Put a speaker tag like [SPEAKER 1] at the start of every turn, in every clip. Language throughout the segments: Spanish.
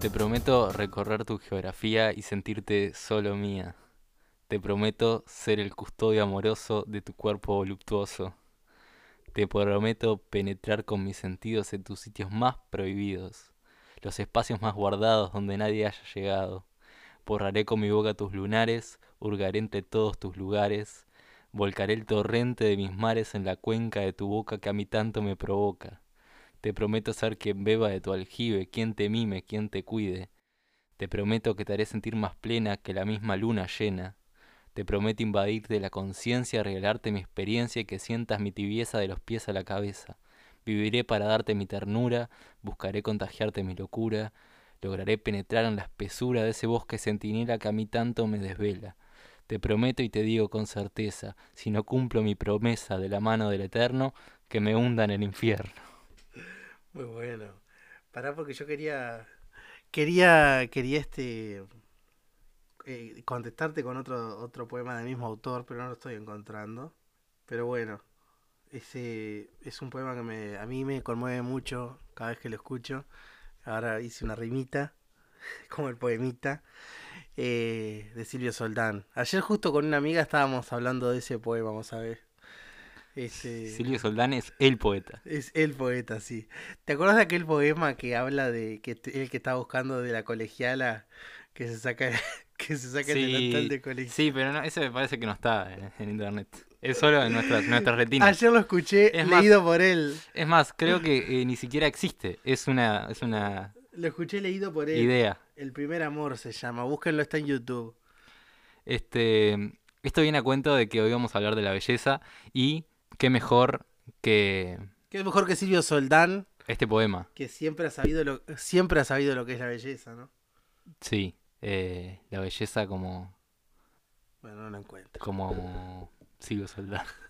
[SPEAKER 1] Te prometo recorrer tu geografía y sentirte solo mía. Te prometo ser el custodio amoroso de tu cuerpo voluptuoso. Te prometo penetrar con mis sentidos en tus sitios más prohibidos, los espacios más guardados donde nadie haya llegado. Borraré con mi boca tus lunares, hurgaré entre todos tus lugares, volcaré el torrente de mis mares en la cuenca de tu boca que a mí tanto me provoca. Te prometo ser quien beba de tu aljibe, quien te mime, quien te cuide. Te prometo que te haré sentir más plena que la misma luna llena. Te prometo invadirte la conciencia, regalarte mi experiencia y que sientas mi tibieza de los pies a la cabeza. Viviré para darte mi ternura, buscaré contagiarte mi locura, lograré penetrar en la espesura de ese bosque centinela que a mí tanto me desvela. Te prometo y te digo con certeza, si no cumplo mi promesa de la mano del Eterno, que me hunda en el infierno.
[SPEAKER 2] Muy bueno. Pará porque yo quería. Quería. Quería este. eh, contestarte con otro, otro poema del mismo autor, pero no lo estoy encontrando. Pero bueno. Ese es un poema que me, a mí me conmueve mucho cada vez que lo escucho. Ahora hice una rimita, como el poemita, eh, de Silvio Soldán. Ayer justo con una amiga estábamos hablando de ese poema, vamos a ver. Este...
[SPEAKER 1] Silvio Soldán es el poeta.
[SPEAKER 2] Es el poeta, sí. ¿Te acuerdas de aquel poema que habla de que t- el que está buscando de la colegiala que se saca que se saca el delantal de colegiala?
[SPEAKER 1] sí, pero no, eso me parece que no está en, en internet. Es solo en nuestras, nuestras retinas.
[SPEAKER 2] Ayer lo escuché
[SPEAKER 1] Es más-
[SPEAKER 2] leído por él.
[SPEAKER 1] Es más, creo que eh, ni siquiera existe. Es una, es una
[SPEAKER 2] Lo escuché leído por él.
[SPEAKER 1] idea.
[SPEAKER 2] El primer amor se llama. Búsquenlo, está en YouTube.
[SPEAKER 1] Este, esto viene a cuento de que hoy vamos a hablar de la belleza y qué mejor que
[SPEAKER 2] Que es mejor que Silvio Soldán,
[SPEAKER 1] este poema.
[SPEAKER 2] que siempre ha sabido lo siempre ha sabido lo que es la belleza, ¿no?
[SPEAKER 1] Sí, eh, la belleza como,
[SPEAKER 2] Bueno, no lo encuentro.
[SPEAKER 1] como Silvio Soldán.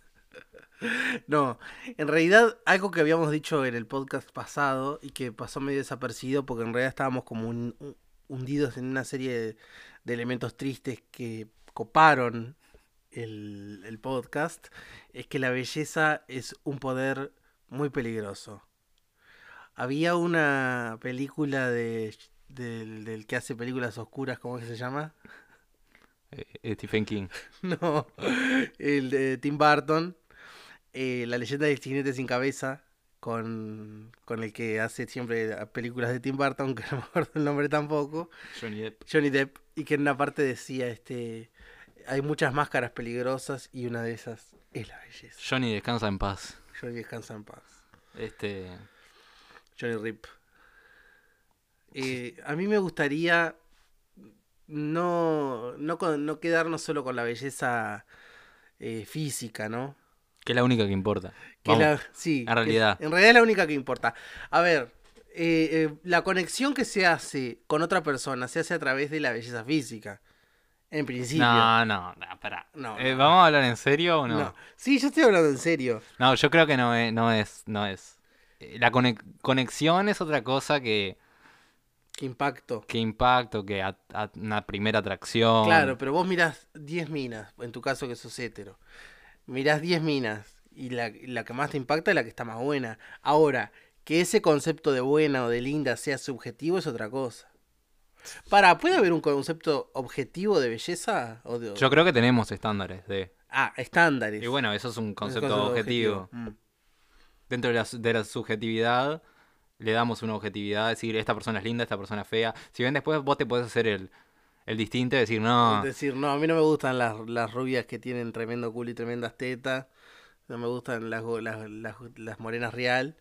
[SPEAKER 2] No, en realidad algo que habíamos dicho en el podcast pasado y que pasó medio desapercibido porque en realidad estábamos como un- un- hundidos en una serie de, de elementos tristes que coparon el, el podcast, es que la belleza es un poder muy peligroso. Había una película de, del, del que hace películas oscuras, ¿cómo es que se llama?
[SPEAKER 1] Eh, Stephen King.
[SPEAKER 2] No, el de Tim Burton, eh, La leyenda del jinete sin cabeza, con, con el que hace siempre películas de Tim Burton, que no me acuerdo el nombre tampoco,
[SPEAKER 1] Johnny Depp.
[SPEAKER 2] Johnny Depp, y que en una parte decía, este, hay muchas máscaras peligrosas y una de esas es la belleza.
[SPEAKER 1] Johnny descansa en paz.
[SPEAKER 2] Johnny descansa en paz.
[SPEAKER 1] Este,
[SPEAKER 2] Johnny Rip. Eh, a mí me gustaría no, no, con- no quedarnos solo con la belleza eh, física, ¿no?
[SPEAKER 1] que es la única que importa.
[SPEAKER 2] Que
[SPEAKER 1] Vamos.
[SPEAKER 2] la- sí,
[SPEAKER 1] en
[SPEAKER 2] que-
[SPEAKER 1] realidad.
[SPEAKER 2] en realidad es la única que importa. A ver, eh, eh, la conexión que se hace con otra persona se hace a través de la belleza física. En principio.
[SPEAKER 1] No, no, no, pará.
[SPEAKER 2] No,
[SPEAKER 1] Eh,
[SPEAKER 2] no.
[SPEAKER 1] ¿Vamos a hablar en serio o
[SPEAKER 2] No. Sí, yo estoy hablando en serio.
[SPEAKER 1] No, yo creo que no es, no es, no es. Eh, La conex- conexión es otra cosa que,
[SPEAKER 2] Qué impacto.
[SPEAKER 1] que impacto, que a- a- una primera atracción.
[SPEAKER 2] Claro, pero vos mirás 10 minas, en tu caso que sos hétero. Mirás 10 minas y la, la que más te impacta es la que está más buena. Ahora, que ese concepto de buena o de linda sea subjetivo es otra cosa. Para, ¿puede haber un concepto objetivo de belleza? O de,
[SPEAKER 1] Yo creo que tenemos estándares de.
[SPEAKER 2] Ah, estándares.
[SPEAKER 1] Y bueno, eso es un
[SPEAKER 2] Es un
[SPEAKER 1] concepto objetivo.
[SPEAKER 2] objetivo.
[SPEAKER 1] Dentro de la, su- de la subjetividad le damos una objetividad, decir esta persona es linda, esta persona es fea. Si bien después vos te podés hacer el, el distinto y decir,
[SPEAKER 2] Mm.
[SPEAKER 1] no,
[SPEAKER 2] Es decir, no, a mí no me gustan las, las rubias que tienen tremendo culo y tremendas tetas. No me gustan las, go- las, las, las morenas real.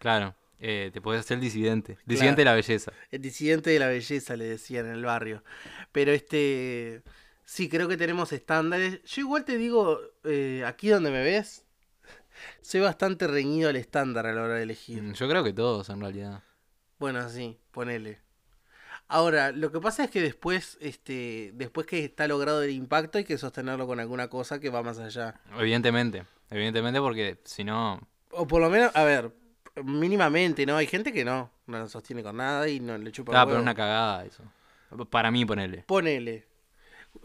[SPEAKER 1] claro, eh, te podés hacer disidente. Disidente de la belleza.
[SPEAKER 2] El disidente de la belleza, le decían en el barrio. Pero este. Sí, creo que tenemos estándares. Yo igual te digo, eh, aquí donde me ves, soy bastante reñido al estándar a la hora de elegir.
[SPEAKER 1] Mm, Yo creo que todos en realidad.
[SPEAKER 2] Bueno, sí, ponele. Ahora, lo que pasa es que después, este, después que está logrado el impacto, hay que sostenerlo con alguna cosa que va más allá.
[SPEAKER 1] Evidentemente. Evidentemente porque si no,
[SPEAKER 2] O por lo menos, a ver, mínimamente, ¿no? Hay gente que no, no lo sostiene con nada y no le chupa un
[SPEAKER 1] Ah, pero
[SPEAKER 2] huevo.
[SPEAKER 1] es una cagada eso. Para mí, ponele.
[SPEAKER 2] Ponele.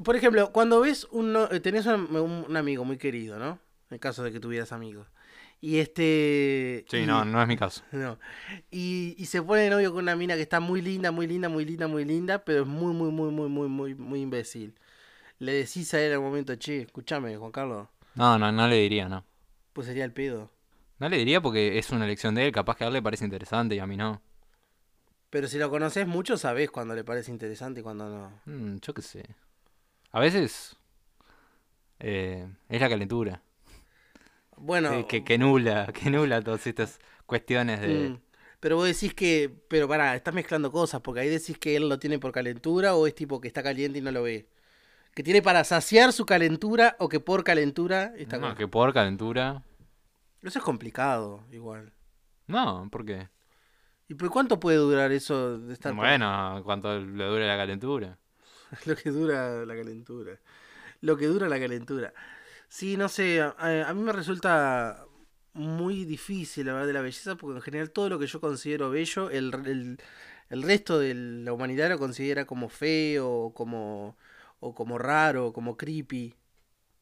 [SPEAKER 2] Por eh, ejemplo, cuando ves un no- tenés un, un- un amigo muy querido, ¿no? En caso de que tuvieras amigos. Y este.
[SPEAKER 1] Sí,
[SPEAKER 2] y-
[SPEAKER 1] no, no es mi caso.
[SPEAKER 2] no. Y, y se pone de novio con una mina que está muy linda, muy linda, muy linda, muy linda, pero es muy, muy, muy, muy, muy, muy, muy imbécil. Le decís a él al momento, che, escúchame, Juan Carlos,
[SPEAKER 1] No, no, no le diría, no.
[SPEAKER 2] pues sería el pedo.
[SPEAKER 1] No le diría porque es una elección de él, capaz que a él le parece interesante y a mí no.
[SPEAKER 2] Pero si lo conoces mucho, sabés cuando le parece interesante y cuando no.
[SPEAKER 1] Mm, yo qué sé. A veces eh, es la calentura.
[SPEAKER 2] Bueno,
[SPEAKER 1] eh, que, que nula, que nula todas estas cuestiones de...
[SPEAKER 2] mm, pero vos decís que, pero pará, estás mezclando cosas, porque ahí decís que él lo tiene por calentura o es tipo que está caliente y no lo ve. Que tiene para saciar su calentura o que por calentura está
[SPEAKER 1] No,
[SPEAKER 2] con-
[SPEAKER 1] que por calentura...
[SPEAKER 2] Eso es complicado, igual.
[SPEAKER 1] No, ¿por qué?
[SPEAKER 2] ¿Y por cuánto puede durar eso de estar por-
[SPEAKER 1] Bueno, cuanto le dure la calentura.
[SPEAKER 2] Lo que dura la calentura. Lo que dura la calentura. Sí, no sé, a, a mí me resulta muy difícil hablar de la belleza porque en general todo lo que yo considero bello, el, el- el resto de la humanidad lo considera como feo, como, o como raro, como creepy.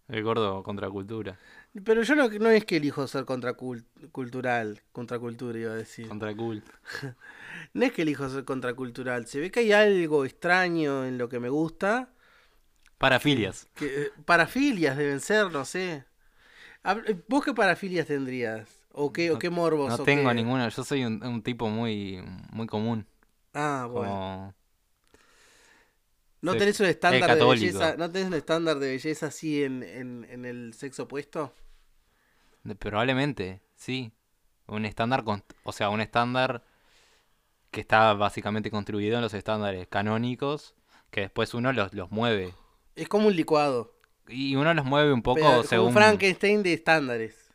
[SPEAKER 1] El gordo contra cultura.
[SPEAKER 2] Pero yo no, no es que elijo ser contracultural, contracultura iba a decir.
[SPEAKER 1] Contra cool.
[SPEAKER 2] No es que elijo ser contracultural, se ve que hay algo extraño en lo que me gusta.
[SPEAKER 1] Parafilias.
[SPEAKER 2] Que, eh, parafilias deben ser, no sé. Hab- eh, ¿Vos qué parafilias tendrías? ¿O qué, o
[SPEAKER 1] No-
[SPEAKER 2] qué morbos?
[SPEAKER 1] No
[SPEAKER 2] o
[SPEAKER 1] tengo
[SPEAKER 2] qué-
[SPEAKER 1] ninguna, yo soy un, un tipo muy, muy común.
[SPEAKER 2] Ah, bueno.
[SPEAKER 1] Como...
[SPEAKER 2] ¿No
[SPEAKER 1] soy-
[SPEAKER 2] tenés un estándar de
[SPEAKER 1] católico.
[SPEAKER 2] belleza? ¿No tenés un estándar de belleza así en, en, en el sexo opuesto?
[SPEAKER 1] De- Probablemente, sí. Un estándar, con- o sea, un estándar que está básicamente construido en los estándares canónicos, que después uno los, los mueve.
[SPEAKER 2] Es como un licuado.
[SPEAKER 1] Y uno los mueve un poco
[SPEAKER 2] Pero como
[SPEAKER 1] según...
[SPEAKER 2] un Frankenstein de estándares.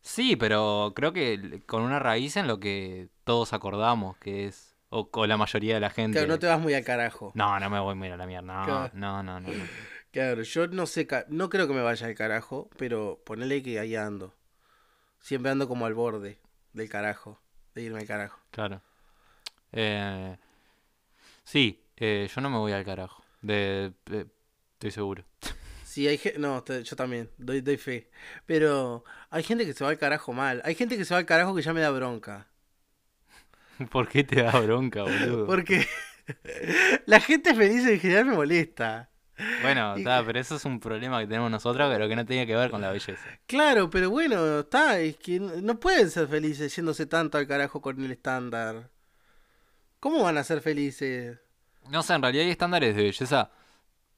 [SPEAKER 1] Sí, pero creo que l- con una raíz en lo que todos acordamos, que es... O con la mayoría de la gente...
[SPEAKER 2] Claro, no te vas muy al carajo.
[SPEAKER 1] No, no me voy a ir a la mierda. No,
[SPEAKER 2] Claro.
[SPEAKER 1] no, no, no, no.
[SPEAKER 2] Claro, yo no sé, ca- no creo que me vaya al carajo, pero ponele que ahí ando. Siempre ando como al borde del carajo, de irme al carajo.
[SPEAKER 1] Claro. Eh, sí, eh, yo no me voy al carajo. De, de- estoy seguro.
[SPEAKER 2] Sí, hay gente. No, te- yo también, doy, doy fe. Pero hay gente que se va al carajo mal. Hay gente que se va al carajo que ya me da bronca.
[SPEAKER 1] ¿Por qué te da bronca, boludo?
[SPEAKER 2] Porque la gente feliz en general me molesta.
[SPEAKER 1] Bueno,
[SPEAKER 2] Y-
[SPEAKER 1] está, pero eso es un problema que tenemos nosotros, pero que no tiene que ver con la belleza.
[SPEAKER 2] Claro, pero bueno, está. Es que n- no pueden ser felices yéndose tanto al carajo con el estándar. ¿Cómo van a ser felices?
[SPEAKER 1] No sé, en realidad hay estándares de belleza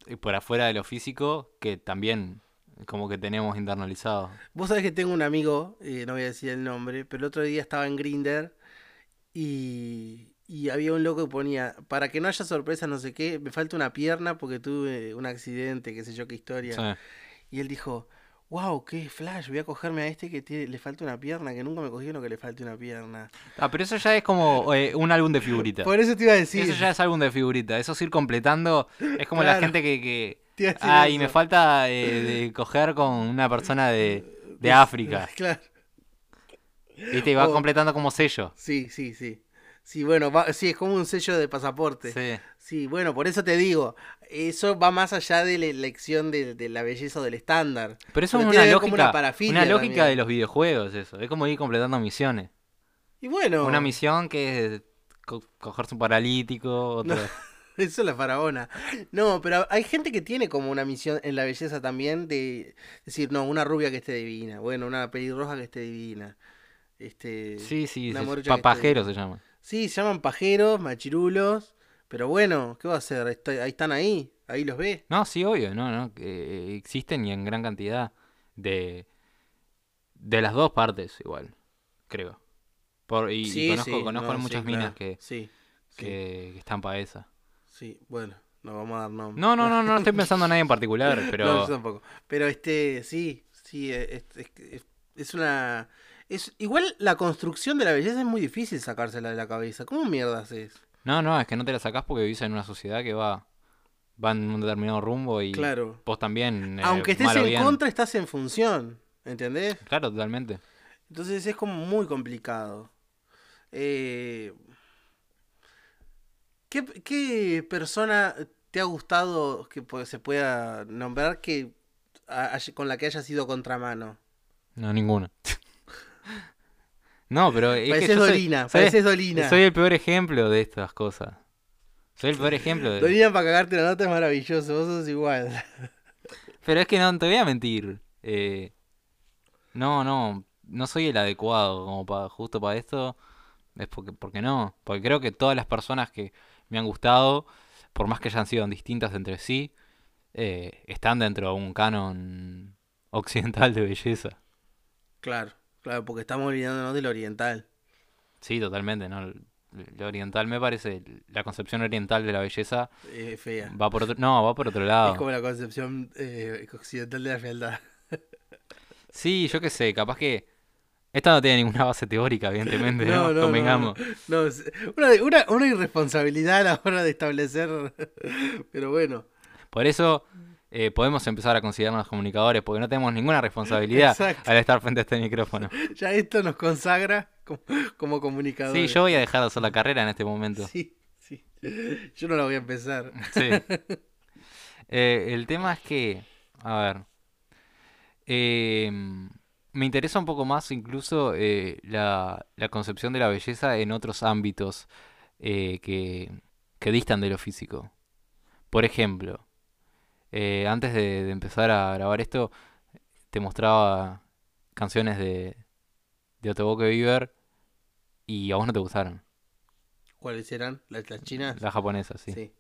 [SPEAKER 1] eh, por afuera de lo físico que también como que tenemos internalizado.
[SPEAKER 2] Vos sabés que tengo un amigo, eh, no voy a decir el nombre, pero el otro día estaba en Grinder y, y había un loco que ponía, para que no haya sorpresas, no sé qué, me falta una pierna porque tuve un accidente, qué sé yo, qué historia.
[SPEAKER 1] Sí.
[SPEAKER 2] Y él dijo, wow, qué flash, voy a cogerme a este que tiene- le falta una pierna, que nunca me cogí uno que le falte una pierna.
[SPEAKER 1] Ah, pero eso ya es como eh, un álbum de figuritas.
[SPEAKER 2] Por eso te iba a decir,
[SPEAKER 1] Eso ya es álbum de figuritas. Eso es ir completando. Es como la
[SPEAKER 2] Claro.
[SPEAKER 1] gente que, que,
[SPEAKER 2] te iba a decir
[SPEAKER 1] Ah, y
[SPEAKER 2] eso.
[SPEAKER 1] me falta eh, de coger con una persona de,
[SPEAKER 2] eh,
[SPEAKER 1] de África.
[SPEAKER 2] Claro,
[SPEAKER 1] ¿Viste? Y va
[SPEAKER 2] O-
[SPEAKER 1] completando como sello.
[SPEAKER 2] sí, sí, sí. Sí, bueno, va- sí, es como un sello de pasaporte.
[SPEAKER 1] Sí.
[SPEAKER 2] Sí, bueno, por eso te digo, eso va más allá de la elección de, de la belleza o del estándar.
[SPEAKER 1] Pero eso
[SPEAKER 2] Pero
[SPEAKER 1] es una
[SPEAKER 2] tiene que ver como
[SPEAKER 1] lógica,
[SPEAKER 2] una
[SPEAKER 1] una,
[SPEAKER 2] parafilia
[SPEAKER 1] lógica
[SPEAKER 2] también.
[SPEAKER 1] de los videojuegos, eso. Es como ir completando misiones.
[SPEAKER 2] Y bueno,
[SPEAKER 1] Una misión que es co- cogerse un paralítico, otra.
[SPEAKER 2] eso es la faraona. No, pero hay gente que tiene como una misión en la belleza también de decir, no, una rubia que esté divina, bueno, una pelirroja que esté divina. Este,
[SPEAKER 1] Sí, sí,
[SPEAKER 2] Una
[SPEAKER 1] sí,
[SPEAKER 2] morocha que
[SPEAKER 1] papajero se llama.
[SPEAKER 2] sí, se llaman pajeros, machirulos, pero bueno, ¿qué va a hacer? Está- ahí están ahí, ahí los ve.
[SPEAKER 1] No, sí, obvio, no, no. que, eh, existen y en gran cantidad de, de las dos partes igual, creo. Por, y, y
[SPEAKER 2] Sí,
[SPEAKER 1] conozco,
[SPEAKER 2] sí,
[SPEAKER 1] conozco
[SPEAKER 2] no, sí,
[SPEAKER 1] muchas minas
[SPEAKER 2] claro,
[SPEAKER 1] que,
[SPEAKER 2] Sí, sí,
[SPEAKER 1] que- que están para esa.
[SPEAKER 2] sí, bueno, no vamos a dar nombres.
[SPEAKER 1] No, no, no, no estoy pensando en nadie en particular, pero
[SPEAKER 2] No, yo tampoco. Pero este, sí, sí, eh, es, es- es- es una... Es, igual la construcción de la belleza es muy difícil sacársela de la cabeza. ¿Cómo mierda haces?
[SPEAKER 1] no, no, es que no te la sacás porque vivís en una sociedad que va, va en un determinado rumbo y
[SPEAKER 2] Claro.
[SPEAKER 1] vos también. eh,
[SPEAKER 2] Aunque estés
[SPEAKER 1] mal o
[SPEAKER 2] en
[SPEAKER 1] bien.
[SPEAKER 2] contra, estás en función. ¿Entendés?
[SPEAKER 1] Claro, totalmente.
[SPEAKER 2] Entonces es como muy complicado. Eh, ¿qué, qué persona te ha gustado que po- se pueda nombrar que a- haya- con la que hayas ido contramano?
[SPEAKER 1] No, ninguna. No, pero es que
[SPEAKER 2] Pareces
[SPEAKER 1] yo soy-
[SPEAKER 2] Dolina,
[SPEAKER 1] soy-
[SPEAKER 2] pareces Dolina.
[SPEAKER 1] Soy el peor ejemplo de estas cosas. Soy el peor ejemplo de...
[SPEAKER 2] Dolina para cagarte la nota es maravilloso, vos sos igual.
[SPEAKER 1] Pero es que no te voy a mentir. eh, no, no, no soy el adecuado como para justo para esto. Es porque, porque no. Porque creo que todas las personas que me han gustado, por más que hayan sido distintas entre sí, eh, están dentro de un canon occidental de belleza.
[SPEAKER 2] Claro, claro, porque estamos olvidándonos del oriental.
[SPEAKER 1] Sí, totalmente, ¿no? Lo oriental me parece, la concepción oriental de la belleza
[SPEAKER 2] Eh, fea.
[SPEAKER 1] va por otro, no, va por otro
[SPEAKER 2] Es
[SPEAKER 1] lado.
[SPEAKER 2] como la concepción eh, occidental de la fealdad.
[SPEAKER 1] Sí, yo qué sé, capaz que esta no tiene ninguna base teórica, evidentemente,
[SPEAKER 2] No,
[SPEAKER 1] ¿no?
[SPEAKER 2] no, no,
[SPEAKER 1] Convengamos.
[SPEAKER 2] No, es- una, una- una irresponsabilidad a la hora de establecer. Pero bueno,
[SPEAKER 1] Por eso eh, podemos empezar a considerarnos comunicadores, porque no tenemos ninguna responsabilidad
[SPEAKER 2] Exacto.
[SPEAKER 1] al estar frente a este micrófono.
[SPEAKER 2] ya esto nos consagra como, como comunicadores.
[SPEAKER 1] Sí, yo voy a dejar de hacer la carrera en este momento.
[SPEAKER 2] Sí, sí. Yo no la voy a empezar.
[SPEAKER 1] Sí. Eh, el tema es que, a ver, eh, me interesa un poco más incluso eh, la, la concepción de la belleza en otros ámbitos eh, que, que distan de lo físico. Por ejemplo, eh, antes de, de empezar a grabar esto, te mostraba canciones de, de Otoboke Bieber y a vos no te gustaron,
[SPEAKER 2] ¿Cuáles eran? ¿Las, las chinas?
[SPEAKER 1] las japonesas, sí,
[SPEAKER 2] Sí.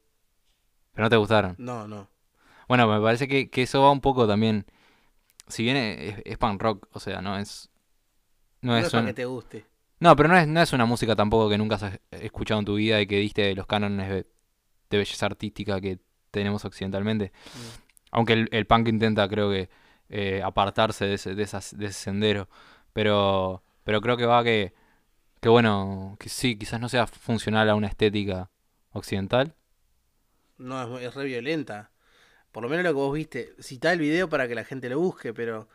[SPEAKER 1] pero no te gustaron.
[SPEAKER 2] No, no.
[SPEAKER 1] Bueno, me parece que, que eso va un poco también. Si bien es, es punk rock, o sea, no es. No
[SPEAKER 2] No
[SPEAKER 1] es,
[SPEAKER 2] es para
[SPEAKER 1] un-
[SPEAKER 2] que te guste.
[SPEAKER 1] no, pero no es, no es una música tampoco que nunca has escuchado en tu vida y que diste de los cánones de, de belleza artística que tenemos occidentalmente. Aunque el, el punk intenta, creo que, eh, apartarse de ese, de esas- de ese sendero. Pero, pero creo que va que, que, bueno, que sí, quizás no sea funcional a una estética occidental.
[SPEAKER 2] No, es, muy- es re violenta. Por lo menos lo que vos viste. Citá el video para que la gente lo busque, pero.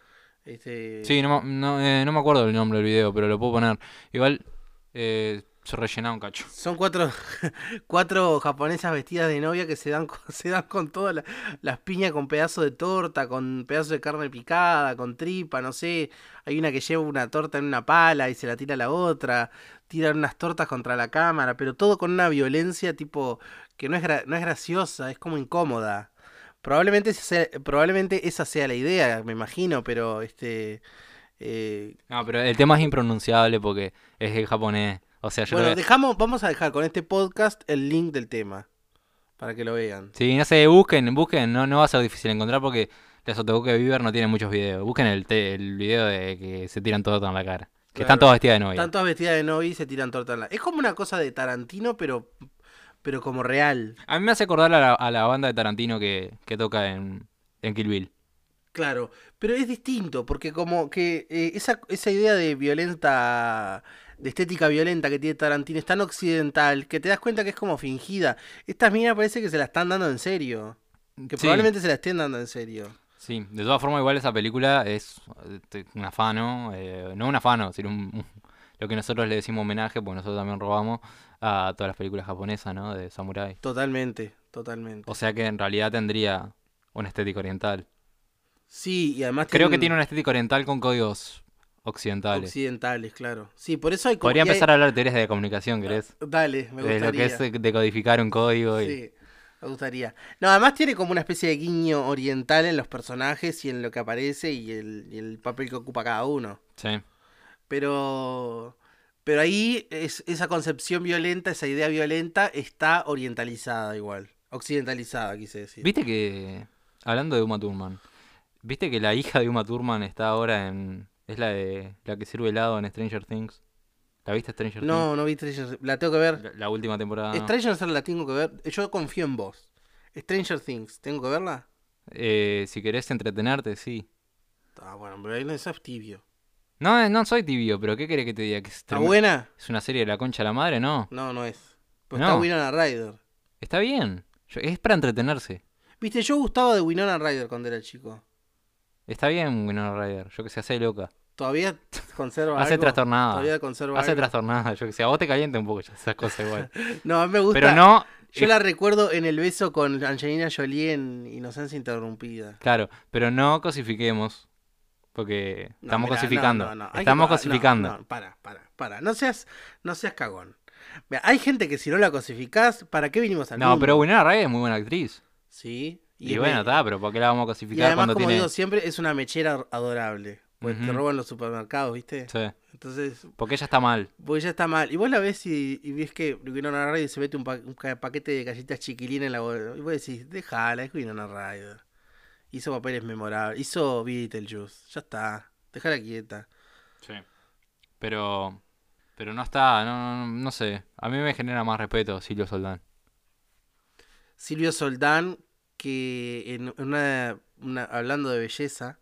[SPEAKER 2] Este,
[SPEAKER 1] Sí, no, me- no, eh, no me acuerdo el nombre del video, pero lo puedo poner. Igual eh, se rellena un cacho.
[SPEAKER 2] Son cuatro, cuatro japonesas vestidas de novia que se dan con, se dan con todas la- las piñas, con pedazos de torta, con pedazos de carne picada, con tripa, no sé. Hay una que lleva una torta en una pala y se la tira a la otra. Tiran unas tortas contra la cámara, pero todo con una violencia tipo que no es, gra- no es graciosa, es como incómoda. Probablemente esa, sea, probablemente esa sea la idea, me imagino, pero este... eh,
[SPEAKER 1] No, pero el tema es impronunciable porque es el japonés. O sea, yo lo veo-
[SPEAKER 2] bueno, dejamos, vamos a dejar con este podcast el link del tema, para que lo vean.
[SPEAKER 1] Sí, no sé, busquen, busquen. No, no va a ser difícil encontrar porque las Otobuke de Bieber no tienen muchos videos. Busquen el, te- el video de que se tiran todo en la cara. Que están
[SPEAKER 2] Claro.
[SPEAKER 1] todas vestidas de novia.
[SPEAKER 2] Están todas vestidas de novia y se tiran torta en la... Es como una cosa de Tarantino, pero, pero como real.
[SPEAKER 1] A mí me hace acordar a la, a la banda de Tarantino que, que toca en, en Kill Bill.
[SPEAKER 2] Claro, pero es distinto, porque como que eh, esa, esa idea de violenta, de estética violenta que tiene Tarantino es tan occidental que te das cuenta que es como fingida. Estas minas parece que se la están dando en serio. Que
[SPEAKER 1] Sí.
[SPEAKER 2] probablemente se la estén dando en serio.
[SPEAKER 1] Sí, de todas formas igual esa película es este, un afano, eh, no un afano, sino un- un- lo que nosotros le decimos homenaje, porque nosotros también robamos a todas las películas japonesas, ¿no? De samurái.
[SPEAKER 2] Totalmente, totalmente.
[SPEAKER 1] O sea que en realidad tendría una estética oriental.
[SPEAKER 2] Sí, y además
[SPEAKER 1] Creo que
[SPEAKER 2] tienen
[SPEAKER 1] tiene una estética oriental con códigos occidentales.
[SPEAKER 2] occidentales, claro. Sí, por eso hay como
[SPEAKER 1] Podría
[SPEAKER 2] que hay- Ah,
[SPEAKER 1] empezar a hablar de teorías de comunicación, ¿querés?
[SPEAKER 2] Dale, me
[SPEAKER 1] De
[SPEAKER 2] gustaría.
[SPEAKER 1] lo que es eh, decodificar un código y...
[SPEAKER 2] Sí, me gustaría. No, además tiene como una especie de guiño oriental en los personajes y en lo que aparece y el, y el papel que ocupa cada uno.
[SPEAKER 1] Sí.
[SPEAKER 2] Pero, pero ahí es, esa concepción violenta, esa idea violenta, está orientalizada igual. Occidentalizada, quise decir.
[SPEAKER 1] Viste que, hablando de Uma Thurman, viste que la hija de Uma Thurman está ahora en... Es la de la que sirve helado en Stranger Things. ¿La viste Stranger Things?
[SPEAKER 2] No, no vi Stranger La tengo que ver.
[SPEAKER 1] La, la última temporada. no.
[SPEAKER 2] Stranger Things la tengo que ver. Yo confío en vos. Stranger Things, ¿tengo que verla?
[SPEAKER 1] Eh, si querés entretenerte, sí.
[SPEAKER 2] Ah, bueno, pero ahí no es tibio.
[SPEAKER 1] No, eh, no soy tibio, pero ¿qué querés que te diga? ¿Que es,
[SPEAKER 2] ¿Está
[SPEAKER 1] trem-
[SPEAKER 2] buena?
[SPEAKER 1] ¿Es una serie de la concha de la madre? No.
[SPEAKER 2] No, no es. Pues
[SPEAKER 1] No.
[SPEAKER 2] está Winona Ryder.
[SPEAKER 1] Está bien. Yo- es para entretenerse.
[SPEAKER 2] Viste, yo gustaba de Winona Ryder cuando era chico.
[SPEAKER 1] Está bien, Winona Ryder. Yo que sé, hace loca.
[SPEAKER 2] Todavía conserva
[SPEAKER 1] Hace
[SPEAKER 2] algo?
[SPEAKER 1] trastornada.
[SPEAKER 2] Todavía conserva
[SPEAKER 1] Hace
[SPEAKER 2] algo?
[SPEAKER 1] trastornada. Yo que sé, a vos te calienta un poco ya esas cosas igual.
[SPEAKER 2] No, a mí me gusta.
[SPEAKER 1] pero no...
[SPEAKER 2] Yo la recuerdo en el beso con Angelina Jolie en Inocencia Interrumpida.
[SPEAKER 1] Claro, pero no cosifiquemos Porque
[SPEAKER 2] No,
[SPEAKER 1] estamos
[SPEAKER 2] mirá, no,
[SPEAKER 1] cosificando.
[SPEAKER 2] no, no. Hay que
[SPEAKER 1] Estamos
[SPEAKER 2] pa- no,
[SPEAKER 1] cosificando.
[SPEAKER 2] no, para, para, para. No seas, no seas cagón. Mirá, hay gente que si no la cosificás, ¿para qué vinimos al
[SPEAKER 1] No,
[SPEAKER 2] mundo?
[SPEAKER 1] pero Winona Ryder es muy buena actriz.
[SPEAKER 2] Sí.
[SPEAKER 1] Y,
[SPEAKER 2] es
[SPEAKER 1] bueno,
[SPEAKER 2] me-
[SPEAKER 1] está, pero ¿por qué la vamos a
[SPEAKER 2] Y
[SPEAKER 1] cosificar
[SPEAKER 2] además,
[SPEAKER 1] cuando
[SPEAKER 2] como
[SPEAKER 1] tiene.?
[SPEAKER 2] digo siempre, es una mechera adorable. Pues te
[SPEAKER 1] Ujú.
[SPEAKER 2] roban los supermercados, ¿viste?
[SPEAKER 1] Sí,
[SPEAKER 2] Entonces,
[SPEAKER 1] porque ella está mal.
[SPEAKER 2] pues ya está mal. Y vos la ves y, y ves que Winona Ryder se mete un, pa- un ca- paquete de galletas chiquilinas en la boca. Y vos decís, déjala, es Winona Ryder. Hizo papeles memorables. Hizo Beetlejuice. Ya está. Dejala quieta.
[SPEAKER 1] Sí. Pero. Pero no está, no, no, no sé. A mí me genera más respeto Silvio Soldán.
[SPEAKER 2] Silvio Soldán, que en una, una- hablando de belleza,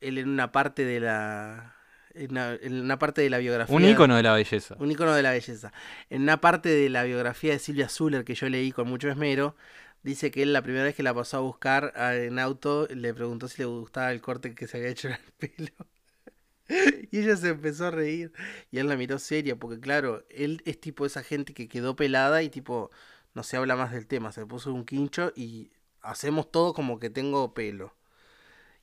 [SPEAKER 2] él en una parte de la en una, en una parte de la biografía
[SPEAKER 1] Un ícono de la belleza.
[SPEAKER 2] un ícono de la belleza. En una parte de la biografía de Silvia Zuller que yo leí con mucho esmero, dice que él la primera vez que la pasó a buscar a- en auto le preguntó si le gustaba el corte que se había hecho en el pelo. Y ella se empezó a reír. Y él la miró seria, porque claro, él es tipo esa gente que quedó pelada y tipo, no se habla más del tema, se puso un quincho y hacemos todo como que tengo pelo.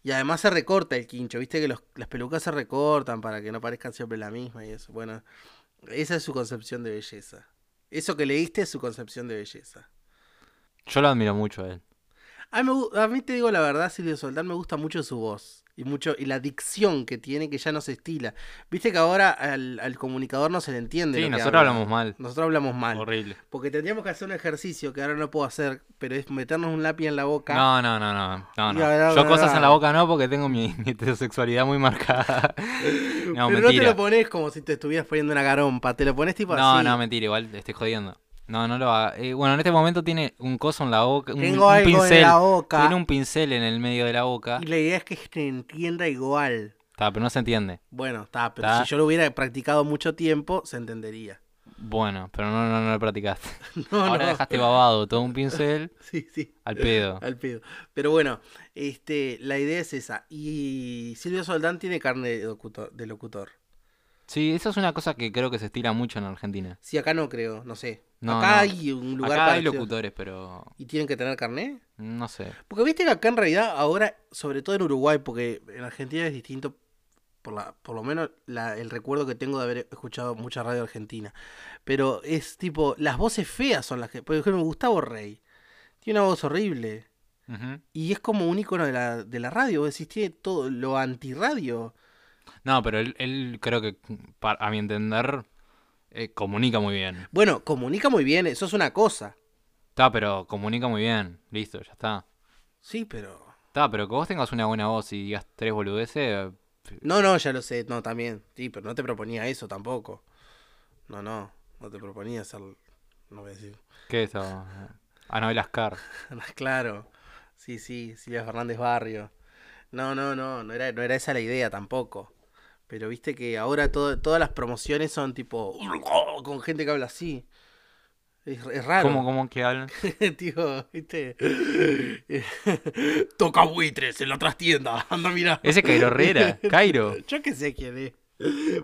[SPEAKER 2] Y además se recorta el quincho, viste que los- las pelucas se recortan para que no parezcan siempre la misma y eso. Bueno, esa es su concepción de belleza. Eso que leíste es su concepción de belleza.
[SPEAKER 1] Yo lo admiro mucho a él.
[SPEAKER 2] A mí, me gu- a mí te digo la verdad, Silvio Soldán, me gusta mucho su voz y mucho y la dicción que tiene que ya no se estila. Viste que ahora al, al comunicador no se le entiende.
[SPEAKER 1] Sí,
[SPEAKER 2] lo que
[SPEAKER 1] nosotros
[SPEAKER 2] habla.
[SPEAKER 1] hablamos mal.
[SPEAKER 2] Nosotros hablamos mal.
[SPEAKER 1] Horrible.
[SPEAKER 2] Porque tendríamos que hacer un ejercicio que ahora no puedo hacer, pero es meternos un lápiz en la boca.
[SPEAKER 1] No, no, no, no, no, no.
[SPEAKER 2] Ya, no,
[SPEAKER 1] Yo
[SPEAKER 2] no,
[SPEAKER 1] cosas
[SPEAKER 2] no.
[SPEAKER 1] en la boca no porque tengo mi, mi heterosexualidad muy marcada. No,
[SPEAKER 2] pero no te
[SPEAKER 1] mentira.
[SPEAKER 2] lo pones como si te estuvieras poniendo una garompa, te lo pones tipo
[SPEAKER 1] No,
[SPEAKER 2] así.
[SPEAKER 1] no, mentira, igual te estoy jodiendo. No, no lo haga. Eh, bueno, en este momento tiene un coso en la boca, un,
[SPEAKER 2] Tengo
[SPEAKER 1] un
[SPEAKER 2] algo
[SPEAKER 1] pincel.
[SPEAKER 2] en la boca.
[SPEAKER 1] Tiene un pincel en el medio de la boca.
[SPEAKER 2] Y la idea es que se entienda igual.
[SPEAKER 1] Está, pero no se entiende.
[SPEAKER 2] Bueno, está, pero
[SPEAKER 1] Ta.
[SPEAKER 2] si yo lo hubiera practicado mucho tiempo, se entendería.
[SPEAKER 1] Bueno, pero no, no, no lo practicaste.
[SPEAKER 2] No,
[SPEAKER 1] Ahora
[SPEAKER 2] no.
[SPEAKER 1] dejaste babado todo un pincel
[SPEAKER 2] Sí, sí,
[SPEAKER 1] al pedo.
[SPEAKER 2] al pedo. Pero bueno, este, la idea es esa. Y Silvio Soldán tiene carne de locutor. De locutor.
[SPEAKER 1] Sí, eso es una cosa que creo que se estira mucho en Argentina.
[SPEAKER 2] Sí, acá no creo, no sé.
[SPEAKER 1] No,
[SPEAKER 2] acá
[SPEAKER 1] no.
[SPEAKER 2] hay un lugar
[SPEAKER 1] Acá
[SPEAKER 2] para
[SPEAKER 1] hay
[SPEAKER 2] estudiar.
[SPEAKER 1] locutores, pero
[SPEAKER 2] ¿Y tienen que tener carné?
[SPEAKER 1] no sé.
[SPEAKER 2] Porque viste que acá en realidad ahora, sobre todo en Uruguay, porque en Argentina es distinto, por, la, por lo menos la- el recuerdo que tengo de haber escuchado mucha radio argentina, pero es tipo, las voces feas son las que... Por ejemplo, Gustavo Rey tiene una voz horrible
[SPEAKER 1] Ujú.
[SPEAKER 2] y es como un icono de la, de la radio, vos decís, tiene todo lo antirradio.
[SPEAKER 1] No, pero él, él creo que, pa- a mi entender, eh, comunica muy bien.
[SPEAKER 2] Bueno, comunica muy bien, eso es una cosa,
[SPEAKER 1] Está, pero comunica muy bien. Listo, ya está.
[SPEAKER 2] sí, pero...
[SPEAKER 1] Está, pero que vos tengas una buena voz y digas tres boludeces. eh,
[SPEAKER 2] No, no, ya lo sé, no, también, sí, pero no te proponía eso tampoco. No, no, no te proponía hacer... No voy a decir...
[SPEAKER 1] ¿Qué es eso? Ah, Anabel Ascar.
[SPEAKER 2] Más claro. Sí, sí, Silvia Fernández Barrio. No, no, no, no era, no era esa la idea tampoco. Pero viste que ahora todo- todas las promociones son tipo "Oh", con gente que habla así. Es, es raro.
[SPEAKER 1] ¿Cómo, cómo que hablan?
[SPEAKER 2] Tío, ¿viste? Toca buitres en la trastienda. Anda, mira.
[SPEAKER 1] Ese es Cairo Herrera, Cairo.
[SPEAKER 2] Yo que sé quién es.